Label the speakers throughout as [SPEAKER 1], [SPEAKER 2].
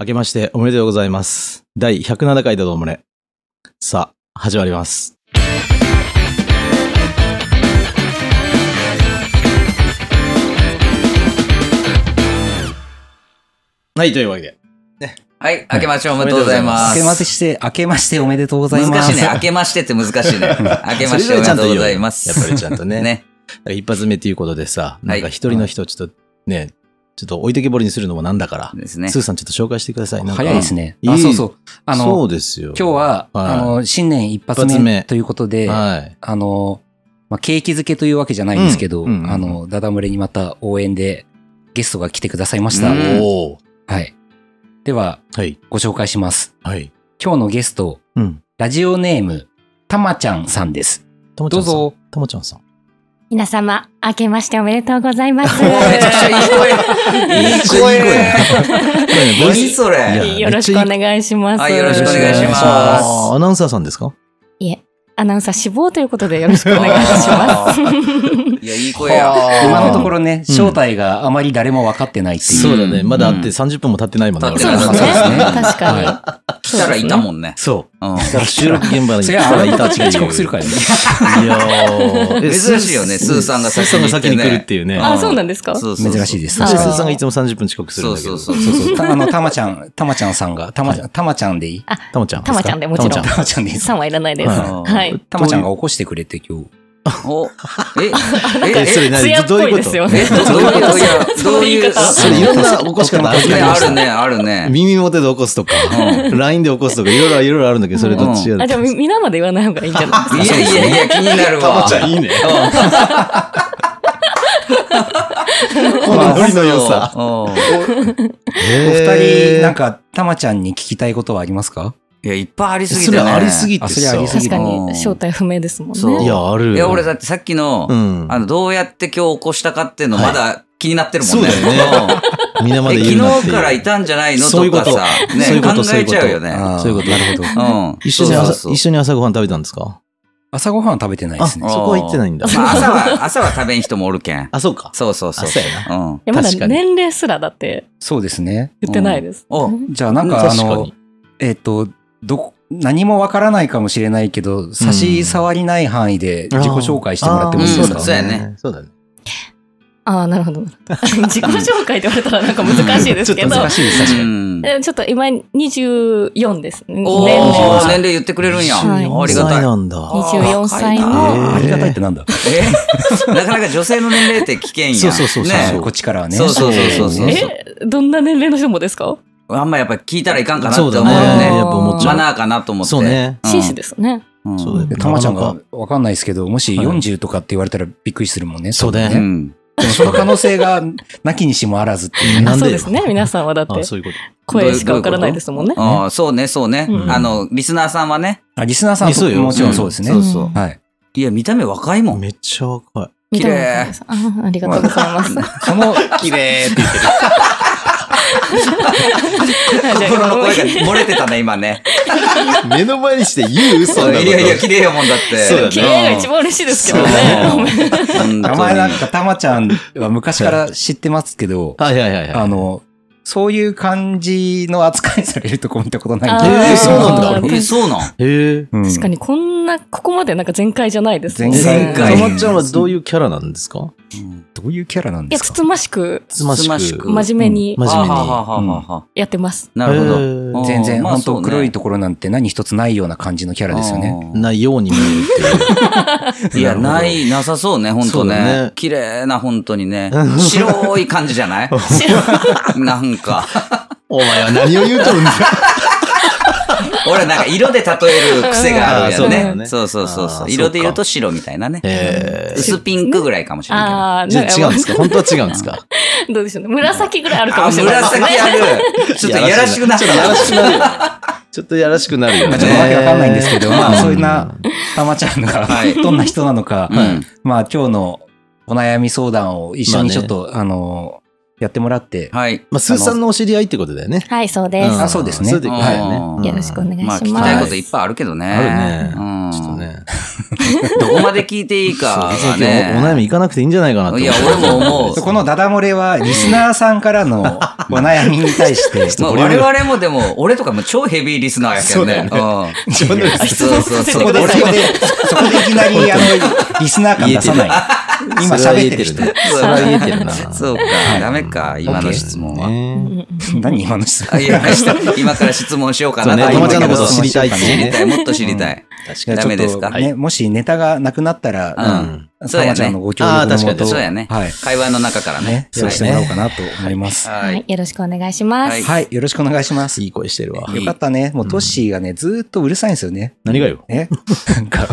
[SPEAKER 1] 明けましておめでとうございます。第107回だどうもね。さあ、始まります。はい、というわけで。
[SPEAKER 2] はい、明けましておめでとうございま
[SPEAKER 3] 明
[SPEAKER 2] す。
[SPEAKER 3] けまして、明けましておめでとうございま
[SPEAKER 2] 難
[SPEAKER 3] す。
[SPEAKER 2] しいね。明けましてって難しいね。明けましておめでとうございます。
[SPEAKER 1] やっぱりちゃんとね。
[SPEAKER 2] ね。
[SPEAKER 1] 一発目ということでさ、なんか
[SPEAKER 2] はい
[SPEAKER 1] 一人の人ちょっとね、ちょっと置いてけぼりにするのもなんだから、
[SPEAKER 2] ですね
[SPEAKER 1] ス。ーさんちょっと紹介してください。なんか
[SPEAKER 3] 早いですね。
[SPEAKER 1] い
[SPEAKER 3] あ、
[SPEAKER 1] い
[SPEAKER 3] そうそう。あ
[SPEAKER 1] そ
[SPEAKER 3] の、
[SPEAKER 1] うですよ。
[SPEAKER 3] 今日は、
[SPEAKER 1] はい
[SPEAKER 3] あの、新年一発
[SPEAKER 1] 一発目
[SPEAKER 3] 目ということで、あ
[SPEAKER 1] はい。
[SPEAKER 3] の、まあ、景気づけというわけじゃないんですけど、
[SPEAKER 1] うんうんうん
[SPEAKER 3] あの、ダダ漏れにまた応援でゲストが来てくださいました。
[SPEAKER 2] うん
[SPEAKER 1] おー
[SPEAKER 3] はい。では、
[SPEAKER 1] はい。
[SPEAKER 3] ご紹介します。
[SPEAKER 1] はい。
[SPEAKER 3] 今日のゲスト、
[SPEAKER 1] うん。
[SPEAKER 3] ラジオネーム、たまちゃんさんです。
[SPEAKER 1] たまちゃん
[SPEAKER 3] どう
[SPEAKER 1] さん。
[SPEAKER 3] ぞ。
[SPEAKER 1] たまちゃんさん。
[SPEAKER 4] 皆様、明けましておめでとうございます。
[SPEAKER 2] おめちゃくちゃいい声。いい声。 何そ
[SPEAKER 1] いや
[SPEAKER 2] れ。
[SPEAKER 4] よろしくお願いします。
[SPEAKER 2] はいよろしくお願いします
[SPEAKER 1] あーアナウンサーさんですか
[SPEAKER 4] アナウンサー志望ということでよろしくお願いしま
[SPEAKER 2] あ
[SPEAKER 4] す。
[SPEAKER 2] いや、いい声や。
[SPEAKER 3] 今のところね、正体があまり誰も分かってないっていう。
[SPEAKER 1] そうだね。
[SPEAKER 2] うん
[SPEAKER 1] まだ会って30分も経ってないもんね。
[SPEAKER 2] 経っ
[SPEAKER 1] 俺
[SPEAKER 2] て
[SPEAKER 4] そ
[SPEAKER 2] な
[SPEAKER 4] う
[SPEAKER 2] い
[SPEAKER 4] です
[SPEAKER 3] そう
[SPEAKER 4] ね
[SPEAKER 3] ですね。
[SPEAKER 4] 確かに。
[SPEAKER 3] は
[SPEAKER 2] 来たらいたもんね。
[SPEAKER 1] そう。
[SPEAKER 2] うん。
[SPEAKER 1] だから 収録現場に
[SPEAKER 3] い。そ
[SPEAKER 1] 来
[SPEAKER 3] れ
[SPEAKER 1] た
[SPEAKER 3] はあ
[SPEAKER 1] らい
[SPEAKER 3] な
[SPEAKER 1] た
[SPEAKER 3] た
[SPEAKER 1] った
[SPEAKER 3] ち
[SPEAKER 1] ていう
[SPEAKER 3] が遅刻するからね。
[SPEAKER 1] いやーえ
[SPEAKER 2] 珍しいよねスーさんが
[SPEAKER 1] スーさんが先に来るっていうね。
[SPEAKER 2] あ
[SPEAKER 4] あ、そうなんですか
[SPEAKER 2] そうそうそう
[SPEAKER 3] 珍しいです。
[SPEAKER 1] そ
[SPEAKER 3] 確
[SPEAKER 1] してス
[SPEAKER 3] かに
[SPEAKER 1] ーさんがいつも30分遅刻するんだけ
[SPEAKER 2] そ
[SPEAKER 1] ど。
[SPEAKER 2] うそう
[SPEAKER 3] そ
[SPEAKER 2] そうう。
[SPEAKER 3] そう。たあの、 たまちゃん、たまちゃんさんが、たまちゃん、たまちゃんでいい
[SPEAKER 4] あ、
[SPEAKER 1] たまちゃん。
[SPEAKER 4] たまちゃんでもちろん
[SPEAKER 1] たま
[SPEAKER 3] たまちゃんでいいです
[SPEAKER 4] さんはいらないです。
[SPEAKER 1] は
[SPEAKER 4] はい。
[SPEAKER 3] たまちゃんが起こしてくれて今日。
[SPEAKER 2] おええ
[SPEAKER 1] え、それ
[SPEAKER 2] え
[SPEAKER 1] 何
[SPEAKER 4] 艶っ
[SPEAKER 1] どう
[SPEAKER 4] ぽ
[SPEAKER 1] いうこ
[SPEAKER 4] いで
[SPEAKER 1] と
[SPEAKER 4] すよ
[SPEAKER 2] え
[SPEAKER 4] ね。
[SPEAKER 2] どういういやどういう
[SPEAKER 1] それいろんな起こし方ある
[SPEAKER 2] え
[SPEAKER 1] よ
[SPEAKER 2] あるね、あるね。
[SPEAKER 1] 耳元で起こすとか、LINE で起こすとか、いろいろいろいろあるんだけど、それどっちや
[SPEAKER 4] あ、じゃあみ皆まで言わない方がいいんじゃないです
[SPEAKER 2] いや
[SPEAKER 4] か。
[SPEAKER 2] いやいや、気になる
[SPEAKER 1] た
[SPEAKER 2] わ。
[SPEAKER 1] まちゃんいいね。こ
[SPEAKER 3] ま
[SPEAKER 1] の
[SPEAKER 3] あ
[SPEAKER 1] ノリの良さ。
[SPEAKER 2] うん。
[SPEAKER 3] お
[SPEAKER 1] お
[SPEAKER 3] 二人、なんか、たまちゃんに聞きたいことはありますか
[SPEAKER 2] いや、いっぱいありすぎ
[SPEAKER 1] そ
[SPEAKER 2] て
[SPEAKER 1] れ
[SPEAKER 2] ね。
[SPEAKER 1] ありすぎて
[SPEAKER 3] あそれあ
[SPEAKER 1] さ
[SPEAKER 3] り。すぎ
[SPEAKER 4] 確
[SPEAKER 3] る
[SPEAKER 4] か
[SPEAKER 2] うん
[SPEAKER 4] に、正体不明ですもん
[SPEAKER 2] そう
[SPEAKER 4] ね。
[SPEAKER 1] いや、あるよ。
[SPEAKER 2] いや、俺だってさっきの、
[SPEAKER 1] うん
[SPEAKER 2] あの、どうやって今日起こしたかっていうのまだ気になってるもんね。
[SPEAKER 1] そうだよ皆ま
[SPEAKER 2] うん
[SPEAKER 1] で
[SPEAKER 2] え
[SPEAKER 1] 言うなっ
[SPEAKER 2] 昨
[SPEAKER 1] ていう
[SPEAKER 2] 日からいたんじゃないの
[SPEAKER 1] そういう
[SPEAKER 2] と
[SPEAKER 1] こ
[SPEAKER 2] か
[SPEAKER 1] と
[SPEAKER 2] さ、ね
[SPEAKER 1] そういうこと
[SPEAKER 2] 考えちゃうよね。
[SPEAKER 3] あー
[SPEAKER 1] そういうこと
[SPEAKER 3] なるほ
[SPEAKER 2] う
[SPEAKER 3] ど。
[SPEAKER 2] ん。
[SPEAKER 1] 一緒に朝
[SPEAKER 2] そうそう
[SPEAKER 1] 一緒に朝ごはん食べたんですか
[SPEAKER 3] 朝ごはんは食べてない
[SPEAKER 1] あ、
[SPEAKER 3] で
[SPEAKER 1] そ
[SPEAKER 3] すね。
[SPEAKER 1] こは行ってないんだ。
[SPEAKER 2] まあ、朝は、朝は食べん人もおるけん。
[SPEAKER 1] あ、そうか。
[SPEAKER 2] そうそうそう。
[SPEAKER 1] 朝やな。
[SPEAKER 2] うん。
[SPEAKER 4] いやまだ
[SPEAKER 1] 確かに
[SPEAKER 4] 年齢すらだって
[SPEAKER 3] そうですね。
[SPEAKER 4] 言ってないです。
[SPEAKER 2] お、
[SPEAKER 3] じゃあ、なんか、あ
[SPEAKER 1] 確か
[SPEAKER 3] の
[SPEAKER 1] に、。
[SPEAKER 3] えっと、ど、何もわからないかもしれないけど、差し障りない範囲で自己紹介してもらってもいいです
[SPEAKER 2] あー
[SPEAKER 3] か
[SPEAKER 2] んそうやね。
[SPEAKER 1] そうだね。
[SPEAKER 4] ああ、なるほど。 なるほど自己紹介って言われたらなんか難しいですけ ど。
[SPEAKER 3] 難しいです、確か
[SPEAKER 2] う
[SPEAKER 3] に。
[SPEAKER 2] ん。
[SPEAKER 4] えちょっと今24です。年
[SPEAKER 2] おー
[SPEAKER 4] 齢は。
[SPEAKER 2] 年齢言ってくれるんや。
[SPEAKER 4] はい
[SPEAKER 2] あり
[SPEAKER 1] 24歳
[SPEAKER 2] がたい。
[SPEAKER 1] なんだ。
[SPEAKER 4] 24歳の
[SPEAKER 2] 若いな
[SPEAKER 3] ありがたいってなんだ
[SPEAKER 2] え なかなか女性の年齢って危険や。
[SPEAKER 1] そうそうそうそう
[SPEAKER 2] ね
[SPEAKER 3] はいこっちからはね。
[SPEAKER 2] そうそうそうそうそう
[SPEAKER 3] ね
[SPEAKER 4] えどんな年齢の人もですか
[SPEAKER 2] あんまやっぱ聞いたらいかんかなって
[SPEAKER 1] そう
[SPEAKER 2] 思うよ
[SPEAKER 1] だ
[SPEAKER 2] ね
[SPEAKER 1] ね。。
[SPEAKER 4] ね
[SPEAKER 1] やっぱ思っち
[SPEAKER 2] マ
[SPEAKER 1] ゃ
[SPEAKER 2] ナーかなと思っ
[SPEAKER 1] う。
[SPEAKER 2] て。
[SPEAKER 1] そう。ね。
[SPEAKER 2] ん
[SPEAKER 4] 紳士ですね。
[SPEAKER 2] うん。
[SPEAKER 1] そうだよね。
[SPEAKER 3] でたまちゃん
[SPEAKER 1] なか
[SPEAKER 3] が
[SPEAKER 1] なか。
[SPEAKER 3] わかんないですけど、もし
[SPEAKER 1] はい
[SPEAKER 3] 40とかって言われたらびっくりするもんね。
[SPEAKER 1] そうだよね
[SPEAKER 3] 多
[SPEAKER 2] う
[SPEAKER 3] 分
[SPEAKER 2] ん。
[SPEAKER 3] でもその可能性がなきにしもあらずって いうね。
[SPEAKER 1] な
[SPEAKER 4] あ
[SPEAKER 1] んで
[SPEAKER 4] そう
[SPEAKER 1] よ
[SPEAKER 4] ですね。皆さんはだって
[SPEAKER 1] あ、そういうこと。
[SPEAKER 4] 声しかわからないですもんね。
[SPEAKER 2] ああ、そうね、そうね。
[SPEAKER 4] うん
[SPEAKER 2] あの、リスナーさんはね。
[SPEAKER 3] あリスナーさん
[SPEAKER 1] いやそうよ
[SPEAKER 3] ももちろんそうですね。
[SPEAKER 2] そうそう。
[SPEAKER 3] はい。
[SPEAKER 2] いや、見た目若いもん。
[SPEAKER 1] めっちゃ若い。
[SPEAKER 2] 綺麗
[SPEAKER 4] 見たことないですあありがとうございます。
[SPEAKER 3] その、綺麗って言ってる。
[SPEAKER 4] じゃあ
[SPEAKER 2] 心の声が漏れてたね、今ね。
[SPEAKER 1] 目の前にして言う
[SPEAKER 2] いやいや、綺麗やもんだって。
[SPEAKER 1] そうだね
[SPEAKER 4] 綺麗が一番嬉しいですけど
[SPEAKER 2] うん
[SPEAKER 4] ね。。
[SPEAKER 2] 本当
[SPEAKER 3] 名
[SPEAKER 2] に
[SPEAKER 3] 前なんかたまちゃんは昔から知ってますけど、
[SPEAKER 1] はいはいはいはい。
[SPEAKER 3] あの、そういう感じの扱いされるとこ見たことないんで。
[SPEAKER 1] えーそうなんだ
[SPEAKER 4] あー
[SPEAKER 2] え、そうなん
[SPEAKER 1] へえ。
[SPEAKER 3] うん
[SPEAKER 4] 確かにこんな、ここまでなんか全開じゃないですもんね。
[SPEAKER 3] 全
[SPEAKER 2] 開
[SPEAKER 1] たまちゃんはどういうキャラなんですか
[SPEAKER 3] どういうキャラなん
[SPEAKER 4] い
[SPEAKER 3] で
[SPEAKER 4] や、
[SPEAKER 3] す
[SPEAKER 4] つ
[SPEAKER 3] か
[SPEAKER 4] つましく、
[SPEAKER 1] つまし
[SPEAKER 2] つ
[SPEAKER 1] く。
[SPEAKER 2] ましく
[SPEAKER 4] 真面目に
[SPEAKER 1] 真面目に
[SPEAKER 2] あははははは
[SPEAKER 4] やってます。
[SPEAKER 2] なるほ
[SPEAKER 1] へ
[SPEAKER 2] ど。
[SPEAKER 1] ー
[SPEAKER 3] 全然、
[SPEAKER 2] まあ
[SPEAKER 3] 本当黒いと
[SPEAKER 2] こ
[SPEAKER 3] ころなんて何一つないような感じのキャラですよね。。
[SPEAKER 2] うん
[SPEAKER 1] ないように見えるっていう。
[SPEAKER 2] い
[SPEAKER 1] な
[SPEAKER 2] や、
[SPEAKER 1] るほど
[SPEAKER 2] ない、なさそうね、本当
[SPEAKER 1] そうだね
[SPEAKER 2] ね。綺麗な、本当に ね。白い感じじゃないなんか。
[SPEAKER 1] お前は何を言うとるんだ
[SPEAKER 2] 俺なんか色で例える癖があ
[SPEAKER 1] あー
[SPEAKER 2] るよ
[SPEAKER 1] そうだね
[SPEAKER 2] ね。そうそうそう
[SPEAKER 1] あ
[SPEAKER 2] そ
[SPEAKER 1] ー
[SPEAKER 2] う。色で言うと白みたいなね。
[SPEAKER 1] えー
[SPEAKER 2] 薄ピンクぐらいかもしれないけど。
[SPEAKER 4] ああ、
[SPEAKER 1] じゃ
[SPEAKER 4] なん
[SPEAKER 1] あ違うんです
[SPEAKER 4] か、
[SPEAKER 1] か本当は違うんですか
[SPEAKER 4] どうでしょうね。紫ぐらいあるか
[SPEAKER 2] あ、
[SPEAKER 4] もしれない。
[SPEAKER 2] 紫ある。ちょっとやらしくなっ
[SPEAKER 1] ち
[SPEAKER 2] た
[SPEAKER 1] ょっとやらしくなるよ。ちょっとやらしくなるよね。
[SPEAKER 3] まあちょっとわけわかんないんですけど、
[SPEAKER 2] ね
[SPEAKER 3] まあそういうな、たまちゃんが
[SPEAKER 2] はい、
[SPEAKER 3] どんな人なのか、
[SPEAKER 2] うん
[SPEAKER 3] まあ今日のお悩み相談を一緒にちょっと、あの、やってもらって、
[SPEAKER 2] はい。
[SPEAKER 1] まあ、スーさんのお知り合いってことだよね。
[SPEAKER 4] はい、そうです。
[SPEAKER 1] ん
[SPEAKER 3] あそうですね
[SPEAKER 1] そういうことだよね
[SPEAKER 2] はい
[SPEAKER 1] うん
[SPEAKER 4] よろしくお願いし
[SPEAKER 2] ま
[SPEAKER 4] ま
[SPEAKER 2] あ、
[SPEAKER 4] す。
[SPEAKER 2] 聞きたいこといっぱいあるけどね。
[SPEAKER 1] あるね
[SPEAKER 2] うん。
[SPEAKER 1] ちょっとね。
[SPEAKER 2] どこまで聞いていいか
[SPEAKER 1] そう
[SPEAKER 2] が
[SPEAKER 1] さっきおお悩
[SPEAKER 2] ね。
[SPEAKER 1] み行かなくていいんじゃないかなって
[SPEAKER 2] いや、俺も思う。
[SPEAKER 3] このダダ漏れは、リスナーさんから のお悩みに対して、
[SPEAKER 2] まあ、我々もでも、俺とかも超ヘビーリスナーやけどね。うん。
[SPEAKER 1] 自分で
[SPEAKER 4] 質問させて
[SPEAKER 3] そこ
[SPEAKER 4] く
[SPEAKER 3] で、そ
[SPEAKER 4] ださい
[SPEAKER 3] こで、そこでいき なり、あの、リスナー感出さない。今喋ってる人。
[SPEAKER 1] ね。それは言えてるな。
[SPEAKER 2] そうか、ダメか、今の質問は。
[SPEAKER 1] ね
[SPEAKER 3] 何今の質
[SPEAKER 2] あ
[SPEAKER 3] 問
[SPEAKER 2] いや今から質問しようか
[SPEAKER 1] そう
[SPEAKER 2] な
[SPEAKER 1] ね、
[SPEAKER 3] 友
[SPEAKER 1] 友
[SPEAKER 3] 達
[SPEAKER 1] 達の
[SPEAKER 3] の
[SPEAKER 1] こ
[SPEAKER 3] こ
[SPEAKER 1] を
[SPEAKER 3] ととを
[SPEAKER 1] 知
[SPEAKER 3] 知
[SPEAKER 1] り
[SPEAKER 3] り
[SPEAKER 1] た
[SPEAKER 3] た
[SPEAKER 1] い
[SPEAKER 3] い
[SPEAKER 1] っ
[SPEAKER 3] っ
[SPEAKER 1] すね。
[SPEAKER 2] 知り
[SPEAKER 3] す
[SPEAKER 2] たい、もっと知りたい。
[SPEAKER 1] 確
[SPEAKER 3] いや
[SPEAKER 2] ダメですか
[SPEAKER 3] ちょっとね、もしネタがなくなったら、
[SPEAKER 2] うん
[SPEAKER 3] うん
[SPEAKER 2] そう
[SPEAKER 3] さ
[SPEAKER 2] やね
[SPEAKER 3] まちゃんのご協力の
[SPEAKER 1] あー確か
[SPEAKER 3] も
[SPEAKER 1] に
[SPEAKER 3] と、
[SPEAKER 2] そうやね
[SPEAKER 3] はい。
[SPEAKER 2] 会話の中からね
[SPEAKER 3] ね。、そうしてもらおうかなと思います。
[SPEAKER 2] は
[SPEAKER 4] はいい。。よろしくお願いしま
[SPEAKER 2] はい
[SPEAKER 4] す。
[SPEAKER 3] はい、よろしくお願いします。
[SPEAKER 1] いい声してるわ。
[SPEAKER 2] い
[SPEAKER 3] よかったね。もうトッシーがね、ずーっとうるさいんですよね。
[SPEAKER 1] 何がよ。
[SPEAKER 3] ね、なんか、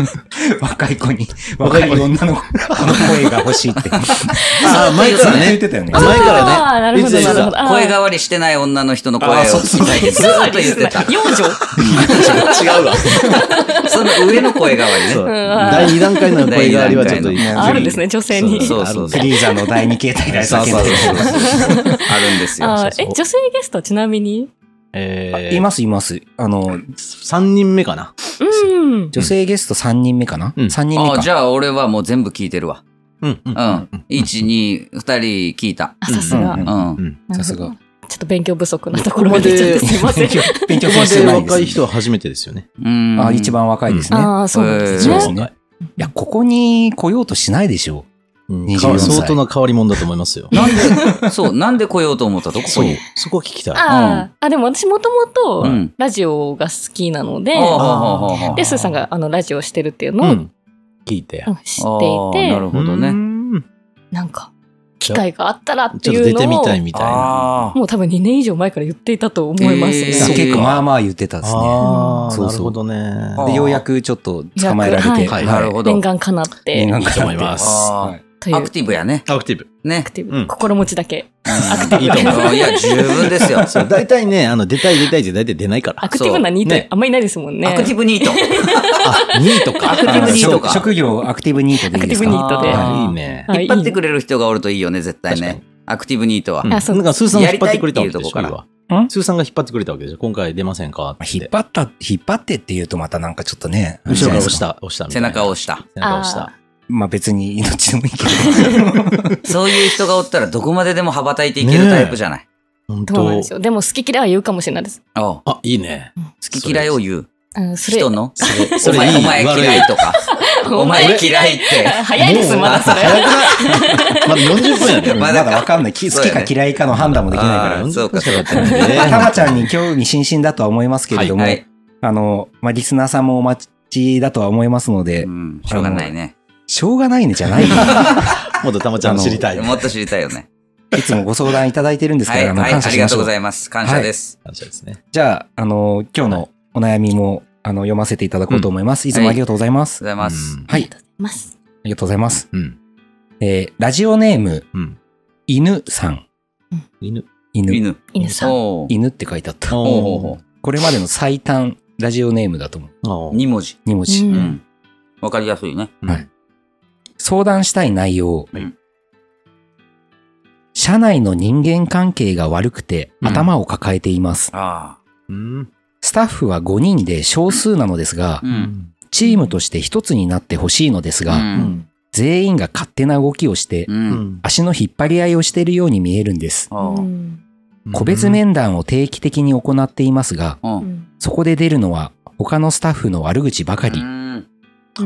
[SPEAKER 3] 若い子に、
[SPEAKER 1] 若
[SPEAKER 3] 若
[SPEAKER 1] い
[SPEAKER 3] い
[SPEAKER 1] 子に
[SPEAKER 3] 女の子、あの声が欲しいって。
[SPEAKER 1] あー、前か
[SPEAKER 2] そう
[SPEAKER 1] ら
[SPEAKER 2] ね
[SPEAKER 3] 言
[SPEAKER 1] ね
[SPEAKER 3] っ。てたよね。
[SPEAKER 1] 前
[SPEAKER 4] あ
[SPEAKER 1] か
[SPEAKER 4] ー
[SPEAKER 1] ら
[SPEAKER 4] な
[SPEAKER 1] ね。
[SPEAKER 4] るほど、なるほど。あー
[SPEAKER 2] 声変わりしてない女の人の声を
[SPEAKER 3] あそうそう
[SPEAKER 2] 聞いてずーっと言ってた。
[SPEAKER 4] 幼女
[SPEAKER 1] 違うわ。
[SPEAKER 2] その上の声変わり
[SPEAKER 1] そう
[SPEAKER 2] ね。
[SPEAKER 1] 第2段階の声変わりはちょっと。
[SPEAKER 2] 第二段階
[SPEAKER 4] ああるんですね、女性に。
[SPEAKER 2] そうそう
[SPEAKER 3] フ
[SPEAKER 2] そう。
[SPEAKER 3] リーザの第二形態で
[SPEAKER 2] そう
[SPEAKER 3] 叫
[SPEAKER 2] そ
[SPEAKER 3] ん
[SPEAKER 2] う
[SPEAKER 3] で
[SPEAKER 2] そう
[SPEAKER 3] る。
[SPEAKER 2] あるんですよ。
[SPEAKER 4] あー
[SPEAKER 1] そうそう
[SPEAKER 4] え、女性ゲストちなみに
[SPEAKER 1] えー、
[SPEAKER 3] い
[SPEAKER 1] 今、
[SPEAKER 3] ます、います。あの、
[SPEAKER 1] 3人目かな。
[SPEAKER 4] うん。
[SPEAKER 3] 女性ゲスト三人目かな
[SPEAKER 1] うん
[SPEAKER 3] 三人目
[SPEAKER 2] あじ
[SPEAKER 3] か。
[SPEAKER 2] ゃあ俺はもう全部聞いてるわ。
[SPEAKER 1] うん。う
[SPEAKER 2] うんん。1、2、2人聞いた。
[SPEAKER 4] あ、さすが
[SPEAKER 3] う
[SPEAKER 1] うん
[SPEAKER 2] う。
[SPEAKER 3] ん。
[SPEAKER 1] ん。
[SPEAKER 4] なるほど
[SPEAKER 3] さすが。
[SPEAKER 4] ちょっと勉強不足なところまで来ちゃってすいません。
[SPEAKER 3] 勉強
[SPEAKER 1] こ
[SPEAKER 3] す
[SPEAKER 1] こ
[SPEAKER 3] る必
[SPEAKER 1] で
[SPEAKER 3] 要ないです
[SPEAKER 1] 若い人は初めてですよね。
[SPEAKER 2] うん。
[SPEAKER 3] あ、一。番若いですね。
[SPEAKER 4] ああ、そうなんです
[SPEAKER 3] そう
[SPEAKER 4] ね
[SPEAKER 3] で。すね。いや、ここに来ようとしないでしょ
[SPEAKER 1] うん
[SPEAKER 3] 24
[SPEAKER 1] か
[SPEAKER 3] 歳
[SPEAKER 1] 相当な変わり者だと思いますよ。
[SPEAKER 2] なんで、そう、なんで来ようと思ったとここ
[SPEAKER 1] そう
[SPEAKER 2] に。。
[SPEAKER 1] そこ聞きたい。
[SPEAKER 4] あーあ、でも私もとも
[SPEAKER 2] う
[SPEAKER 4] と
[SPEAKER 2] ん
[SPEAKER 4] ラジオが好きなので、
[SPEAKER 2] あ
[SPEAKER 4] で、スーさんがあのラジオしてるっていう
[SPEAKER 1] う
[SPEAKER 4] のをうん
[SPEAKER 1] ん。聞いて。
[SPEAKER 4] 知ってい
[SPEAKER 2] な
[SPEAKER 4] て、
[SPEAKER 2] るほど
[SPEAKER 1] う
[SPEAKER 2] ね。
[SPEAKER 1] ん
[SPEAKER 4] なんか、機会があったらっ
[SPEAKER 1] ち
[SPEAKER 4] て
[SPEAKER 1] ょっ
[SPEAKER 4] い
[SPEAKER 1] と
[SPEAKER 4] う
[SPEAKER 1] 出て
[SPEAKER 4] の
[SPEAKER 1] み
[SPEAKER 4] を、
[SPEAKER 1] たいみたいな。
[SPEAKER 2] ああ。
[SPEAKER 4] もう多分2年以上前から言っていたと思いま
[SPEAKER 2] え
[SPEAKER 4] す。
[SPEAKER 2] ー
[SPEAKER 3] う。結構まあまあ言ってたですね。
[SPEAKER 1] ああ、
[SPEAKER 3] そう
[SPEAKER 1] な
[SPEAKER 3] そ
[SPEAKER 1] る
[SPEAKER 3] う
[SPEAKER 1] ほどね。
[SPEAKER 2] あー
[SPEAKER 3] で、ようやくちょっと捕まえられて、
[SPEAKER 4] はい
[SPEAKER 1] はい
[SPEAKER 2] なるほど。
[SPEAKER 4] 念願かなって
[SPEAKER 3] 念、願か
[SPEAKER 1] いいと思います
[SPEAKER 3] はい
[SPEAKER 4] という
[SPEAKER 2] アクティブやね。
[SPEAKER 1] アクティブ。
[SPEAKER 2] ね
[SPEAKER 4] ア。クティ
[SPEAKER 1] う
[SPEAKER 4] ブ
[SPEAKER 1] ん
[SPEAKER 4] 心持ちだけ。
[SPEAKER 2] アク
[SPEAKER 1] ティブいいと思
[SPEAKER 2] いや、十分です よ。
[SPEAKER 1] そう、大体ね、あの、出たい出たいって大体出ないから。
[SPEAKER 4] アクティブなニー
[SPEAKER 1] ね
[SPEAKER 4] トあんまりいないですもんね。
[SPEAKER 2] アクティブニート。
[SPEAKER 1] あ、2位とか。
[SPEAKER 2] アクティブニートか
[SPEAKER 3] あ職業アクティブニートでいいです
[SPEAKER 4] アクティブニー
[SPEAKER 3] か
[SPEAKER 4] トで
[SPEAKER 1] あ
[SPEAKER 2] あ
[SPEAKER 1] い
[SPEAKER 2] ー
[SPEAKER 1] いね。
[SPEAKER 4] はい
[SPEAKER 2] 引っ張ってくれる人がおるといいよね、絶対ね。アクティブニートは
[SPEAKER 1] う。ん
[SPEAKER 4] あそう
[SPEAKER 1] なんか、スーさんが引っ張ってくれたわけ
[SPEAKER 2] やりたいっていうと
[SPEAKER 1] でし
[SPEAKER 2] こ
[SPEAKER 1] ょ、
[SPEAKER 2] から
[SPEAKER 1] 要は
[SPEAKER 3] ん
[SPEAKER 1] スーさんが引っ張ってくれたわけでしょ、今回出ませんかって。
[SPEAKER 3] 引っ張った、引っ張ってっていうとまたなんかちょっとね、
[SPEAKER 1] 後ろから押
[SPEAKER 3] あれじゃないです
[SPEAKER 1] し
[SPEAKER 3] か。
[SPEAKER 1] た、押したみた
[SPEAKER 2] 背
[SPEAKER 1] いな。
[SPEAKER 2] 中を押した。
[SPEAKER 1] 背中を押した。
[SPEAKER 3] まあ別に命でもいいけど。
[SPEAKER 2] そういう人がおったらどこまででも羽ばたいていけるタイプじゃない。
[SPEAKER 1] 本
[SPEAKER 4] そうなんです
[SPEAKER 1] 当。
[SPEAKER 4] よ。でも好き嫌いは言うかもしれないです。
[SPEAKER 2] おう
[SPEAKER 1] あ、いいね。
[SPEAKER 2] 好き嫌いを言う。
[SPEAKER 4] うん、それ。
[SPEAKER 2] 人の
[SPEAKER 1] それ
[SPEAKER 2] お前
[SPEAKER 1] いい
[SPEAKER 2] お前
[SPEAKER 1] 悪い
[SPEAKER 2] 嫌いとか。お前嫌い って。
[SPEAKER 4] 早い です、
[SPEAKER 1] もう
[SPEAKER 4] まだそれ。
[SPEAKER 1] まだ40分や
[SPEAKER 2] い
[SPEAKER 1] ね。
[SPEAKER 2] やま
[SPEAKER 3] ま
[SPEAKER 2] だ
[SPEAKER 3] だ
[SPEAKER 2] か
[SPEAKER 3] わかんない。き好きか嫌いかの判断もできないから。
[SPEAKER 2] あーそうか
[SPEAKER 1] 40分しか経って
[SPEAKER 3] まあ、
[SPEAKER 1] ない
[SPEAKER 3] た
[SPEAKER 1] ね
[SPEAKER 3] まちゃんに興味津々だとは思いますけれども、
[SPEAKER 2] はい。
[SPEAKER 3] あの、まあ、リスナーさんもお待ちだとは思いますので、
[SPEAKER 2] うん、しょうがないね。
[SPEAKER 3] しょうがないねじゃ ないよ
[SPEAKER 1] もっとたまちゃんの知りたい。
[SPEAKER 2] もっと知りたいよね。
[SPEAKER 3] いつもご相談いただいてるんですか
[SPEAKER 2] は
[SPEAKER 3] ら、
[SPEAKER 2] い、
[SPEAKER 3] あの
[SPEAKER 2] はい、
[SPEAKER 3] 感
[SPEAKER 2] あ
[SPEAKER 3] 謝
[SPEAKER 2] り
[SPEAKER 3] し
[SPEAKER 2] が
[SPEAKER 3] ま
[SPEAKER 2] と
[SPEAKER 3] し
[SPEAKER 2] うご
[SPEAKER 3] ょう。
[SPEAKER 2] ざいます。感謝です。
[SPEAKER 1] 感謝ですね。
[SPEAKER 3] じゃあ、あの、今日のお悩みも、あの、読ませていただこうと思います。いつもありがとうございます。
[SPEAKER 2] ありがとうございます。
[SPEAKER 1] うん
[SPEAKER 3] はい、
[SPEAKER 4] ます。
[SPEAKER 3] ありがとうございます。
[SPEAKER 1] うん。
[SPEAKER 3] えーラジオネーム、
[SPEAKER 1] うん
[SPEAKER 3] 犬さん。
[SPEAKER 1] 犬。
[SPEAKER 3] 犬。
[SPEAKER 2] 犬。
[SPEAKER 4] 犬さん。
[SPEAKER 2] おう
[SPEAKER 3] 犬って書いてあった。
[SPEAKER 2] ほうほうほ
[SPEAKER 3] これまでの最短ラジオネームだと思う。
[SPEAKER 1] あ
[SPEAKER 2] う。2文字。
[SPEAKER 3] 2文字。
[SPEAKER 4] う
[SPEAKER 2] うんん。わかりやすいね。
[SPEAKER 3] はい。相談したい内容。
[SPEAKER 2] はい
[SPEAKER 3] 社内の人間関係が悪くて
[SPEAKER 1] うん
[SPEAKER 3] 頭を抱えています。
[SPEAKER 2] ああ。
[SPEAKER 1] うん。
[SPEAKER 3] スタッフは5人で少数なのですが
[SPEAKER 2] う、ん。
[SPEAKER 3] チームとして1つになってほしいのですが、
[SPEAKER 2] うん
[SPEAKER 3] 全員が勝手な動きをして、
[SPEAKER 2] う。
[SPEAKER 1] うんん。
[SPEAKER 3] 足の引っ張り合いをしているように見えるんです。
[SPEAKER 2] おう
[SPEAKER 3] 個別面談を定期的に行っていますが、
[SPEAKER 2] う。
[SPEAKER 4] うんん
[SPEAKER 3] そこで出るのは他のスタッフの悪口ばかり。
[SPEAKER 1] は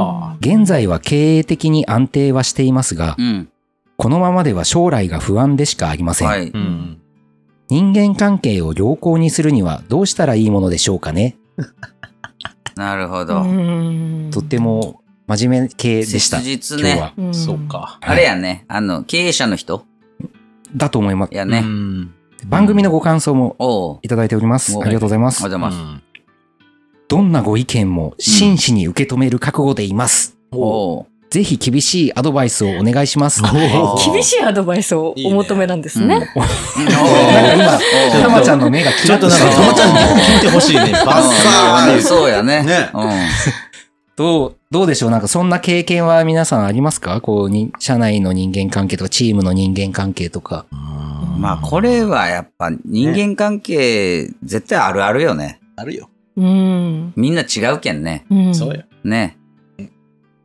[SPEAKER 1] あ
[SPEAKER 3] 現在は経営的に安定はしていますが
[SPEAKER 2] う、ん。
[SPEAKER 3] このままでは将来が不安でしかありません。
[SPEAKER 2] はい。
[SPEAKER 1] うん。
[SPEAKER 3] 人間関係を良好にするにはどうしたらいいものでしょうかね、
[SPEAKER 2] なるほ
[SPEAKER 4] う
[SPEAKER 2] ど。
[SPEAKER 4] ん
[SPEAKER 3] とっても真面目系でした、
[SPEAKER 2] 切実
[SPEAKER 3] 今日
[SPEAKER 2] ね。
[SPEAKER 3] は。
[SPEAKER 4] うん
[SPEAKER 1] そうか。
[SPEAKER 2] あれやね。あの、経営者の人
[SPEAKER 3] だと思います。
[SPEAKER 2] や
[SPEAKER 1] う
[SPEAKER 2] ね。
[SPEAKER 1] ん。
[SPEAKER 3] 番組のご感想も
[SPEAKER 2] おう。
[SPEAKER 3] いただいております。
[SPEAKER 2] お
[SPEAKER 3] ありがとうございます
[SPEAKER 2] おはよう。ございます。
[SPEAKER 3] どんなご意見も真摯に受け止める覚悟でいます。
[SPEAKER 2] おう。
[SPEAKER 3] ぜひ厳しいアドバイスをお願いします。なん
[SPEAKER 2] おう
[SPEAKER 4] 厳しいアドバイスをお求めなんですね。
[SPEAKER 2] うん。おう
[SPEAKER 3] か
[SPEAKER 2] おう
[SPEAKER 3] 今、たまちゃんの目がキ
[SPEAKER 1] ちょ
[SPEAKER 3] ラ
[SPEAKER 1] っ
[SPEAKER 3] ッ
[SPEAKER 1] と
[SPEAKER 3] と
[SPEAKER 1] な
[SPEAKER 3] し
[SPEAKER 1] んか、
[SPEAKER 3] た
[SPEAKER 1] たまちゃんに聞いてほしい ね。バッサーっ
[SPEAKER 2] うん
[SPEAKER 1] ていう。
[SPEAKER 2] そうやね。
[SPEAKER 1] ね
[SPEAKER 2] う
[SPEAKER 3] どう、どうでしょうなんかそんな経験は皆さんありますかこうに、社内の人間関係とか、チームの人間関係と か。
[SPEAKER 2] ん。まあ、これはやっぱ人間関係、絶対あるあるよね。
[SPEAKER 1] あるよ。
[SPEAKER 4] うん。
[SPEAKER 2] みんな違うけんね。
[SPEAKER 4] うん
[SPEAKER 1] そうよ。
[SPEAKER 2] ね。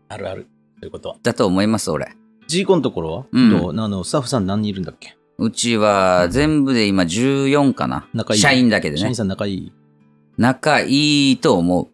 [SPEAKER 1] あるある。ということは。
[SPEAKER 2] だと思います、俺。
[SPEAKER 1] ジーコのところは、
[SPEAKER 2] うん
[SPEAKER 1] どうあの、スタッフさん何人いるんだっけ
[SPEAKER 2] うちは全部で今14かな。
[SPEAKER 1] 仲いい
[SPEAKER 2] 社員だけで
[SPEAKER 1] 社
[SPEAKER 2] ね
[SPEAKER 1] 員。さん仲いい。
[SPEAKER 2] 仲いいと思う。